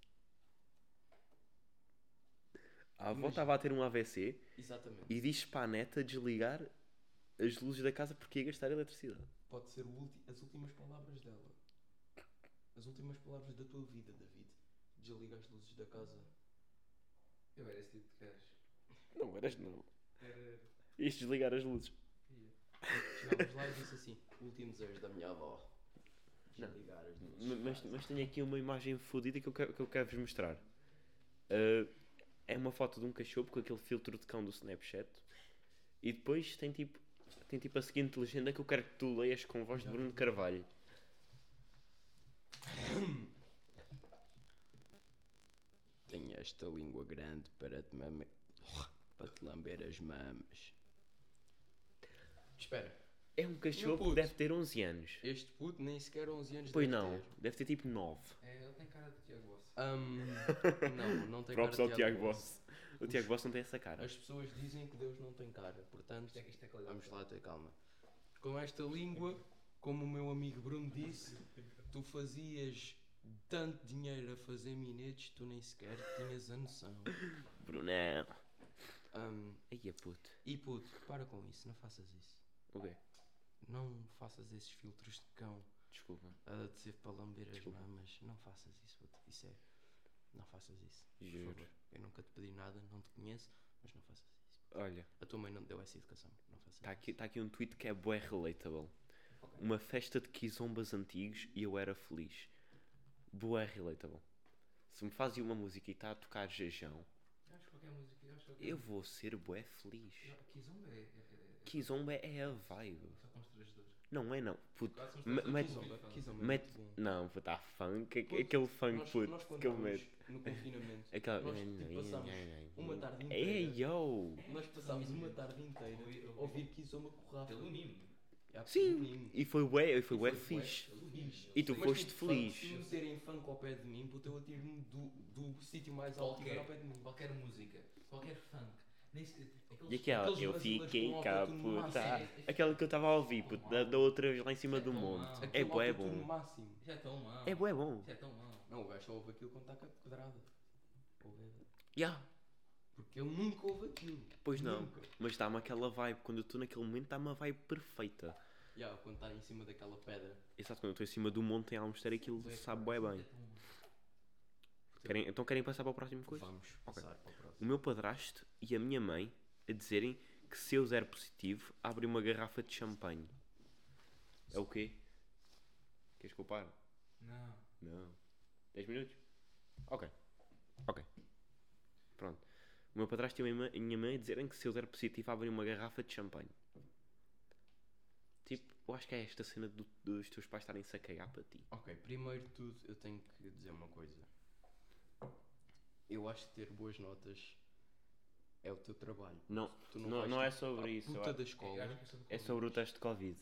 Speaker 1: A avó estava a ter um AVC
Speaker 4: Exatamente.
Speaker 1: e diz para a neta desligar as luzes da casa porque ia gastar eletricidade.
Speaker 4: Pode ser o ulti- as últimas palavras dela. As últimas palavras da tua vida, David. Desliga as luzes da casa.
Speaker 2: Eu era esse tipo de gajo.
Speaker 1: Não eras não.
Speaker 2: Era-
Speaker 1: Isto desligar as luzes.
Speaker 4: Chegávamos lá e disse assim: último desejo da minha avó. Desligar as luzes.
Speaker 1: M-
Speaker 4: da
Speaker 1: Mas,
Speaker 4: casa."
Speaker 1: mas tenho aqui uma imagem fodida que eu quero, que eu quero vos mostrar. Ah, é uma foto de um cachorro com aquele filtro de cão do Snapchat. E depois tem tipo, tem tipo a seguinte legenda que eu quero que tu leias com voz de Bruno Carvalho.
Speaker 4: Tenho esta língua grande para te, mame... para te lamber as mamas. Espera,
Speaker 1: É um cachorro que
Speaker 4: puto?
Speaker 1: deve ter 11 anos.
Speaker 4: este puto nem sequer 11 anos
Speaker 1: Pois
Speaker 4: deve
Speaker 1: não,
Speaker 4: ter.
Speaker 1: deve ter tipo 9.
Speaker 2: É, ele tem cara de Tiago Bossa.
Speaker 4: Ahm, não, não tem
Speaker 1: Props
Speaker 4: cara
Speaker 1: ao
Speaker 4: de
Speaker 1: Tiago
Speaker 4: Tiago
Speaker 1: Boss. O Tiago Boss não tem essa cara.
Speaker 4: As pessoas dizem que Deus não tem cara, portanto,
Speaker 2: Isto é, isto é qualidade.
Speaker 4: vamos lá ter calma. Com esta língua, como o meu amigo Bruno disse, tu fazias tanto dinheiro a fazer minetes, tu nem sequer tinhas a noção.
Speaker 1: Brunão.
Speaker 4: Ahm,
Speaker 1: Ai, é puto.
Speaker 4: e puto, para com isso, não faças isso.
Speaker 1: O quê?
Speaker 4: Não faças esses filtros de cão
Speaker 1: Desculpa.
Speaker 4: a dizer para lamber as mamas. Não faças isso, puto. Isso é. Não faças isso. por
Speaker 1: Juro.
Speaker 4: favor. Eu nunca te pedi nada, não te conheço, mas não faças isso.
Speaker 1: Olha,
Speaker 4: A tua mãe não te deu essa educação. Não faças
Speaker 1: está aqui, tá aqui um tweet que é bué relatable. Uma festa de quizombas antigos e eu era feliz. Bué relatable. Se me fazem uma música e está a tocar jejão,
Speaker 2: Acho que qualquer música. Acho que qualquer
Speaker 1: eu vou ser bué feliz.
Speaker 2: Não, Kizomba é, é, é,
Speaker 1: Kizomba é a vibe.
Speaker 2: é só constrangedor.
Speaker 1: Não é não. Puto,
Speaker 2: Quase somos
Speaker 1: me-
Speaker 2: todos
Speaker 1: mete...
Speaker 2: Kizomba.
Speaker 4: Kizomba é
Speaker 1: mete-
Speaker 4: muito Tá bom.
Speaker 1: Não, puto, há funk. aque-
Speaker 4: Puto,
Speaker 1: Aquele funk,
Speaker 4: Nós- nós
Speaker 1: puto, que eu
Speaker 4: contámos
Speaker 1: meto. [LAUGHS]
Speaker 4: no confinamento.
Speaker 1: Aquela...
Speaker 4: nós, tipo, passámos Uma tarde
Speaker 1: Ei,
Speaker 4: inteira.
Speaker 1: É, yo!
Speaker 4: Nós passámos uma tarde inteira
Speaker 2: Ouvi-
Speaker 4: a
Speaker 2: ouvi-
Speaker 4: ouvir é Kizomba com o Rafa.
Speaker 2: Pelo mimo.
Speaker 4: Ah,
Speaker 1: Sim.
Speaker 4: pelo
Speaker 1: E foi bué, e foi bué
Speaker 2: Foi
Speaker 1: fixe.
Speaker 2: bué, pelo mimo.
Speaker 1: E tu
Speaker 4: Mas,
Speaker 1: foste
Speaker 4: tipo, funk,
Speaker 1: feliz.
Speaker 4: Se me meterem funk ao pé de mim, puto, eu atiro-me do, do sítio mais alto e
Speaker 2: Qualquer.
Speaker 4: vou ao pé de mim.
Speaker 2: Qualquer música, qualquer funk. Nem se... aqueles-
Speaker 1: E aquela,
Speaker 4: Aqueles
Speaker 1: eu
Speaker 4: brasileiros
Speaker 1: fiquei
Speaker 4: com
Speaker 1: cá,
Speaker 4: autotune
Speaker 1: puta.
Speaker 2: máximo.
Speaker 1: Aquela que eu estava a ouvir, puto, da, da outra vez lá em cima
Speaker 2: É
Speaker 1: do
Speaker 2: tão
Speaker 1: monte.
Speaker 2: mau.
Speaker 1: É
Speaker 4: Aquele
Speaker 1: bué
Speaker 4: autotune
Speaker 1: bom.
Speaker 4: máximo.
Speaker 2: Já é tão mal.
Speaker 1: É bué bom.
Speaker 2: Já é tão mal.
Speaker 4: Não, o gajo só ouve aquilo quando está quadrado. Ouve.
Speaker 1: Yeah.
Speaker 4: Porque eu nunca ouve aquilo.
Speaker 1: Pois não.
Speaker 4: Nunca.
Speaker 1: Mas dá-me aquela vibe, quando eu estou naquele momento, dá-me a vibe perfeita.
Speaker 4: Ya, quando está em cima daquela pedra.
Speaker 1: Exato, quando eu estou em cima do monte em Almester, aquilo sabe bué bem.
Speaker 2: É tão mal.
Speaker 1: Querem, então querem passar para o próximo coisa?
Speaker 4: Vamos passar para o próximo.
Speaker 1: O meu padrasto e a minha mãe a dizerem que se eu der positivo, abre uma garrafa de champanhe. É o quê? Queres que eu pare?
Speaker 2: Não.
Speaker 1: Não. 10 minutos? Ok. Ok. Pronto. O meu padrasto e a minha mãe- a minha mãe dizerem que se eu der positivo abrem uma garrafa de champanhe. Tipo, eu acho que é esta cena do- dos teus pais estarem-se a cagar para ti.
Speaker 4: Ok, primeiro de tudo eu tenho que dizer uma coisa. Eu acho que ter boas notas é o teu trabalho.
Speaker 1: Não,
Speaker 4: Tu
Speaker 1: não,
Speaker 4: vais
Speaker 1: não é
Speaker 4: tipo à
Speaker 1: sobre isso. eu
Speaker 4: Puta
Speaker 1: acho-
Speaker 2: Eu acho
Speaker 4: da escola.
Speaker 2: que é sobre
Speaker 1: É sobre o teste de Covid.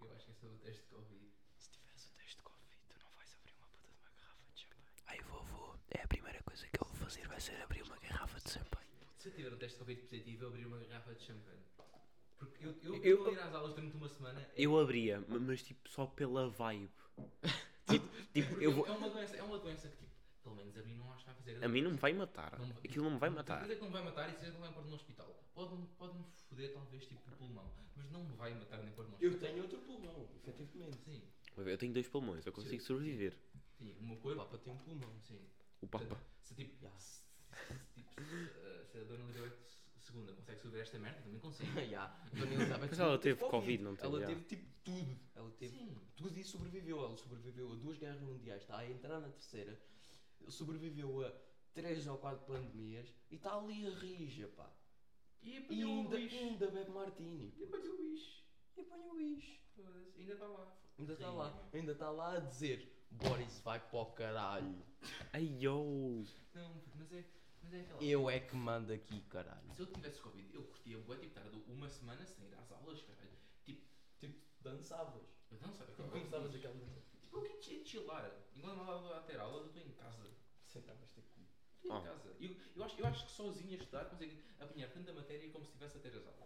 Speaker 2: Eu acho que é sobre o teste de Covid.
Speaker 4: Se tiveres o teste de Covid, tu não vais abrir uma puta de uma garrafa de champanhe.
Speaker 10: Ai, vovô, é a primeira coisa que eu vou fazer vai ser abrir uma garrafa de champanhe.
Speaker 2: Se eu tiver um teste de Covid positivo, eu abri uma garrafa de champanhe. Porque eu, eu, eu vou ir às aulas durante uma semana. é-
Speaker 1: Eu abria, ma- mas tipo só
Speaker 10: [LAUGHS]
Speaker 1: pela vibe. tipo, tipo,
Speaker 2: porque
Speaker 1: eu vou...
Speaker 2: É uma doença, é uma doença que, tipo, pelo menos a mim não acho que vai fazer grande
Speaker 1: A mim não me vai matar.
Speaker 2: Não-
Speaker 1: Aquilo não me vai matar.
Speaker 2: Certeza que não vai matar e certeza que não vai pôr no hospital. Pode-me pode foder, talvez, tipo, o pulmão. Mas não me vai matar nem pôr no hospital.
Speaker 4: Eu tenho outro pulmão, efetivamente.
Speaker 2: Sim,
Speaker 1: Eu tenho dois pulmões, eu consigo sobreviver.
Speaker 2: sim. O meu
Speaker 4: O
Speaker 2: corpo.
Speaker 4: Papa tem um pulmão.
Speaker 2: Sim.
Speaker 1: O Papa.
Speaker 2: Se, tipo,
Speaker 4: [LAUGHS] Yeah.
Speaker 2: se, se, tipo, se, eh, se a dona Elizabeth segunda consegue subir esta merda, também consigo.
Speaker 4: Ya, a Dona Elizabeth
Speaker 1: Mas ela
Speaker 4: não
Speaker 1: teve Covid, não teve,
Speaker 4: Ela
Speaker 1: ya.
Speaker 4: teve tipo tudo. Ela teve tudo e sobreviveu. Ele sobreviveu a duas guerras mundiais, está a entrar na terceira, sobreviveu a três ou quatro pandemias e está ali a rija, pá.
Speaker 7: E
Speaker 4: E
Speaker 7: apanhou
Speaker 4: ainda,
Speaker 7: o bicho.
Speaker 4: ainda bebe martini.
Speaker 7: E apanhou o bicho.
Speaker 4: E apanha o bicho.
Speaker 7: Foda-se, Ainda está lá.
Speaker 4: Ainda está lá, ainda está lá a dizer Boris vai para o caralho.
Speaker 1: Ai, yo!
Speaker 2: Não, puto, mas é, mas é aquela.
Speaker 4: Eu é que mando aqui, caralho.
Speaker 2: Se eu tivesse Covid, eu curtia bué, tipo, tarde uma semana sem ir às aulas, caralho. Tipo,
Speaker 4: Dançavas.
Speaker 2: eu não sei.
Speaker 4: Tu começavas aquela dança.
Speaker 2: Tipo, eu queria chi- chilar. Enquanto mal estava a ter aulas, eu estou em casa.
Speaker 4: Sentavas-te aqui.
Speaker 2: Estou em
Speaker 1: Oh.
Speaker 2: casa. Eu, eu, acho, eu acho que sozinho a estudar consigo apanhar tanta matéria como se estivesse a ter as aulas.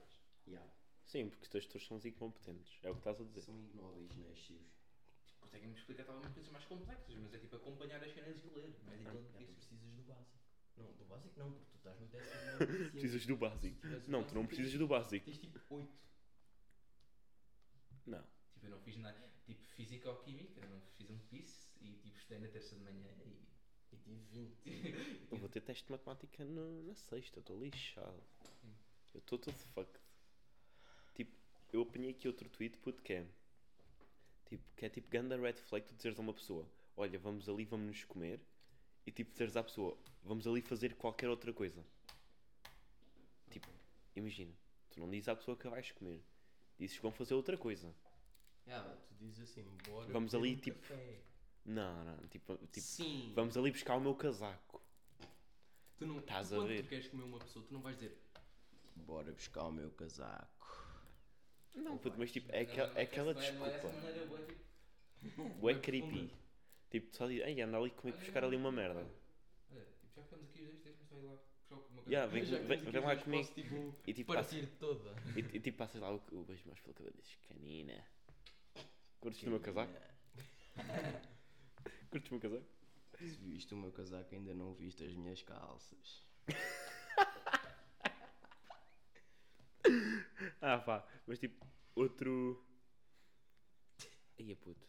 Speaker 1: Sim, porque os teus tutores são os incompetentes. É o que estás a dizer.
Speaker 4: São ignóbeis, né, Chios?
Speaker 2: Conseguem-me Tipo, explicar talvez coisas mais complexas, mas é tipo acompanhar as cenas e ler. Não é tipo
Speaker 4: Então,
Speaker 2: isso.
Speaker 4: precisas do básico. Não, do básico não, porque tu estás no décimo [LAUGHS] ano. de ciências.
Speaker 1: Precisas do básico.
Speaker 4: Se tivesse o
Speaker 1: Não, tu não
Speaker 4: básico, é
Speaker 1: precisas do básico.
Speaker 4: Tens tens tipo 8.
Speaker 1: Não.
Speaker 2: Tipo, eu não fiz nada. Tipo, física ou química, não fiz um piso e tipo, estudei na terça de manhã e.
Speaker 4: E tive 20.
Speaker 2: [LAUGHS]
Speaker 1: Eu vou ter teste de matemática no- na sexta, estou lixado. Eu estou todo fucked. Tipo, eu apanhei aqui outro tweet, puto, que é. Tipo, que é tipo ganda red flag tu dizeres a uma pessoa: Olha, vamos ali, vamos nos comer. E tipo, dizeres à pessoa: Vamos ali fazer qualquer outra coisa. Tipo, imagina, tu não dizes à pessoa que vais comer, dizes que vão fazer outra coisa.
Speaker 4: Ah, tu dizes assim, bora.
Speaker 1: Vamos
Speaker 4: beber
Speaker 1: ali,
Speaker 4: um
Speaker 1: tipo-
Speaker 4: café.
Speaker 1: Não, não, tipo, tipo
Speaker 4: Sim.
Speaker 1: vamos ali buscar o meu casaco.
Speaker 4: Tu não
Speaker 1: Estás
Speaker 4: tu
Speaker 1: a
Speaker 4: quando
Speaker 1: ver.
Speaker 4: tu queres comer uma pessoa, tu não vais dizer Bora buscar o meu casaco.
Speaker 1: Não, puto, mas tipo, é, aquela- é aquela desculpa.
Speaker 2: maneira boa, tipo,
Speaker 1: Bué creepy. Tipo, tu só diz, ei, anda ali comigo buscar ali uma merda.
Speaker 2: ah, olha, tipo, já ficamos aqui os dois, deixa-me só ir lá. Puxar uma coisa.
Speaker 1: Yeah, Ah, vem,
Speaker 4: [LAUGHS] Já
Speaker 1: vem,
Speaker 4: que
Speaker 1: vem lá
Speaker 4: eu
Speaker 1: comigo.
Speaker 4: posso, tipo,
Speaker 1: E tipo, passas,
Speaker 4: partir [LAUGHS] toda.
Speaker 1: e, e, tipo, passas lá o, o beijo mais pelo cabelo e dizes, canina. Curtes o meu casaco? [LAUGHS] Curtes o meu casaco?
Speaker 4: Se viste o meu casaco, ainda não viste as minhas calças.
Speaker 1: Ah, pá. Mas tipo, outro. Aí é puto.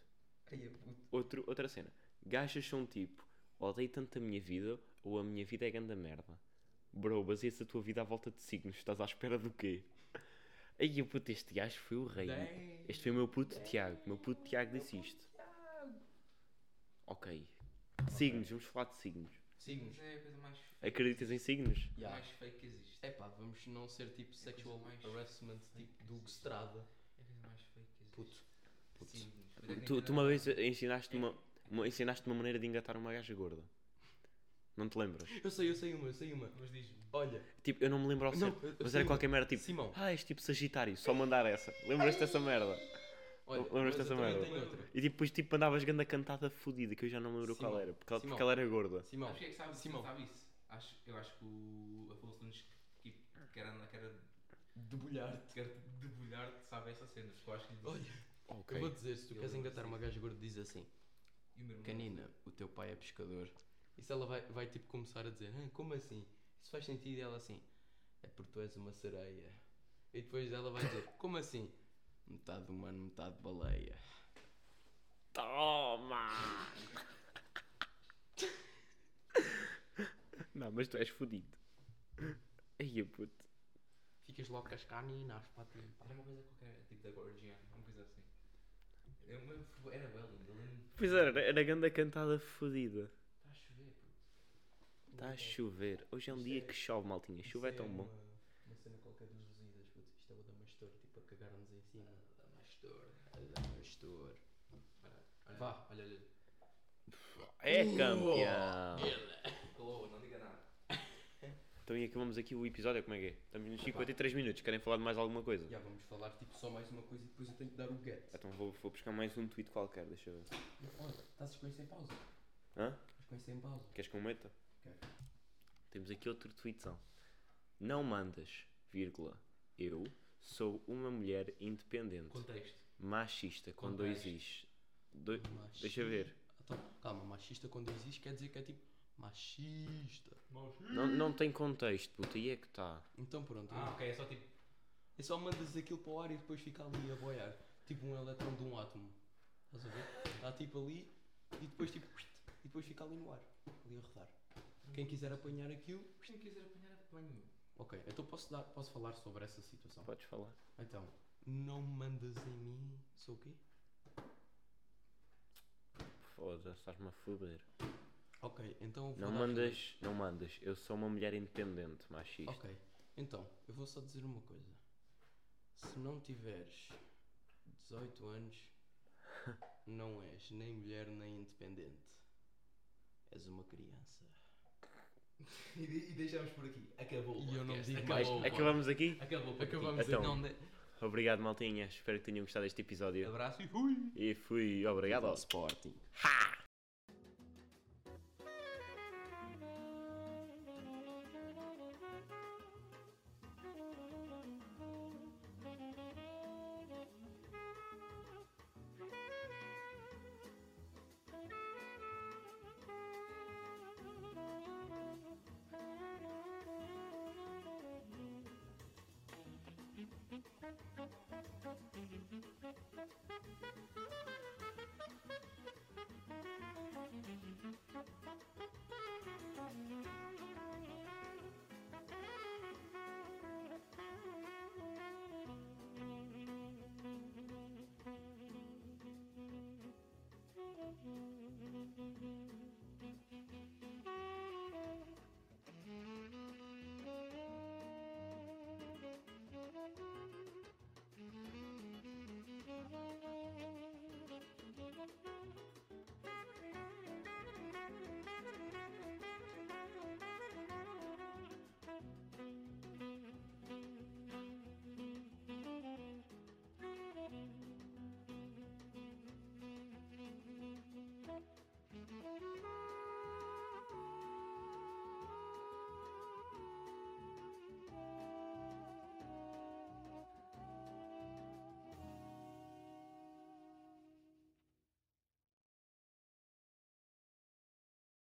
Speaker 4: Ai, é puto.
Speaker 1: Outro, outra cena. Gajas são tipo, odeio tanto a minha vida ou a minha vida é grande merda. Bro, baseia-se a tua vida à volta de signos. Estás à espera do quê? Aí, puto, este gajo foi o rei. Este foi o meu puto Tiago. O meu puto Tiago disse isto. Ok. Signos, vamos falar de signos.
Speaker 4: Signos.
Speaker 2: Mas é a coisa mais,
Speaker 1: Acreditas em signos?
Speaker 4: Yeah.
Speaker 2: mais fake que existe.
Speaker 4: É pá, vamos não ser tipo sexual
Speaker 2: coisa mais-
Speaker 4: harassment, tipo do Estrada.
Speaker 2: É a coisa mais fake que existe.
Speaker 4: Puto. Puto.
Speaker 2: Sim,
Speaker 1: Tu, tu uma vez ensinaste uma, uma, ensinaste uma maneira de engatar uma gaja gorda. Não te lembras?
Speaker 4: Eu sei, eu sei uma, eu sei uma.
Speaker 2: Mas diz-me.
Speaker 4: Olha,
Speaker 1: Tipo, eu não me lembro ao
Speaker 4: Não,
Speaker 1: certo,
Speaker 4: eu- eu
Speaker 1: mas
Speaker 4: sei
Speaker 1: era
Speaker 4: uma.
Speaker 1: qualquer merda tipo.
Speaker 4: Simão.
Speaker 1: Ah, és tipo Sagitário, só mandar essa. Lembras-te dessa merda?
Speaker 4: Olha,
Speaker 1: Lembras-te
Speaker 4: mas eu
Speaker 1: dessa
Speaker 4: também
Speaker 1: merda?
Speaker 4: tenho outra.
Speaker 1: E tipo, depois tipo, mandavas ganda cantada fodida, que eu já não me lembro qual
Speaker 4: Simão.
Speaker 1: era, porque, ela-
Speaker 4: Simão.
Speaker 1: porque ela era gorda.
Speaker 4: Simão,
Speaker 2: Acho que é que sabe,
Speaker 4: Simão.
Speaker 2: sabe isso. Acho, eu acho que o Afonso Nunes que, que era na cara
Speaker 4: debulhar-te.
Speaker 2: quer debulhar-te, sabe essa cena. Porque eu acho que lhe disse.
Speaker 4: Olha,
Speaker 1: Ok.
Speaker 4: eu vou dizer, se tu
Speaker 2: Ele
Speaker 4: queres
Speaker 2: não
Speaker 4: engatar
Speaker 2: sei.
Speaker 4: uma gaja gorda, diz assim.
Speaker 2: E o meu irmão-
Speaker 4: Canina, o teu pai é pescador. E se ela vai, vai tipo começar a dizer, "Hã, como assim? Isso faz sentido e ela assim, é porque tu és uma sereia. E depois ela vai dizer, como assim? Metade humano, metade baleia.
Speaker 1: Toma! não, mas tu és fodido. Aí, puto.
Speaker 4: Ficas logo com as caninas, pá, tipo.
Speaker 2: Era uma coisa qualquer, tipo da Gorgia, uma coisa assim. Era, uma, era belo, eu lembro.
Speaker 1: Pois era, era ganda cantada fodida.
Speaker 2: Está a chover, puto.
Speaker 1: Está a chover. Hoje é um
Speaker 4: Isso
Speaker 1: dia
Speaker 4: é-
Speaker 1: que chove, maltinha. Chuva é
Speaker 4: Isso
Speaker 1: tão bom.
Speaker 4: Uma, uma cena qualquer dos Lusíadas, puto. Isto é o Damastor, tipo, a cagar-nos em cima.
Speaker 2: Ah,
Speaker 4: Damastor. Damastor.
Speaker 2: Olha,
Speaker 4: Vá.
Speaker 2: olha, olha.
Speaker 1: É campeão!
Speaker 2: Calou, não diga nada.
Speaker 1: Então e acabamos aqui o episódio, como é que é? Estamos nos 53 minutos, querem falar de mais alguma coisa?
Speaker 4: Já vamos falar, tipo, só mais uma coisa e depois eu tenho que dar o get.
Speaker 1: Então vou, vou buscar mais um tweet qualquer, deixa eu ver.
Speaker 4: Olha, estás com isso em pausa.
Speaker 1: Hã?
Speaker 4: Estás com isso em pausa.
Speaker 1: Queres que eu meta?
Speaker 4: Quero.
Speaker 1: Temos aqui outro tweetzão. Não mandas, vírgula, eu sou uma mulher independente,
Speaker 2: Contexto.
Speaker 1: machista, com dois is. Doi-
Speaker 4: Machista.
Speaker 1: Deixa ver.
Speaker 4: Então, calma, machista quando existe quer dizer que é tipo machista.
Speaker 1: Não, não tem contexto, puta, e é que está.
Speaker 4: Então pronto,
Speaker 2: Ah, ok, é só tipo.
Speaker 4: é só mandas aquilo para o ar e depois fica ali a boiar. Tipo um elétron de um átomo. Estás a ver? Está tipo ali e depois tipo. E depois fica ali no ar, ali a rodar. Quem quiser apanhar aquilo.
Speaker 2: Quem quiser apanhar, apanho.
Speaker 4: Ok, então posso, dar, posso falar sobre essa situação.
Speaker 1: Podes falar.
Speaker 4: Então, não mandas em mim, sou o quê?
Speaker 1: Foda, estás-me a foder.
Speaker 4: Ok, então eu vou
Speaker 1: Não
Speaker 4: dar
Speaker 1: mandas, não mandas. Eu sou uma mulher independente, machista.
Speaker 4: Ok, então, eu vou só dizer uma coisa. Se não tiveres
Speaker 2: [LAUGHS]
Speaker 4: 18 anos, não és nem mulher nem independente. És uma criança.
Speaker 2: E, de- e deixamos por aqui. Acabou.
Speaker 4: E eu não
Speaker 2: podcast.
Speaker 4: digo
Speaker 1: Mais-
Speaker 4: Acabou,
Speaker 1: acabamos aqui?
Speaker 2: Acabou. por aqui.
Speaker 4: Acabamos
Speaker 1: Então.
Speaker 4: de não né, de...
Speaker 1: Obrigado, maltinha. Espero que tenham gostado deste episódio.
Speaker 4: Abraço e fui!
Speaker 1: E fui obrigado ao
Speaker 4: Sporting.
Speaker 1: Ha!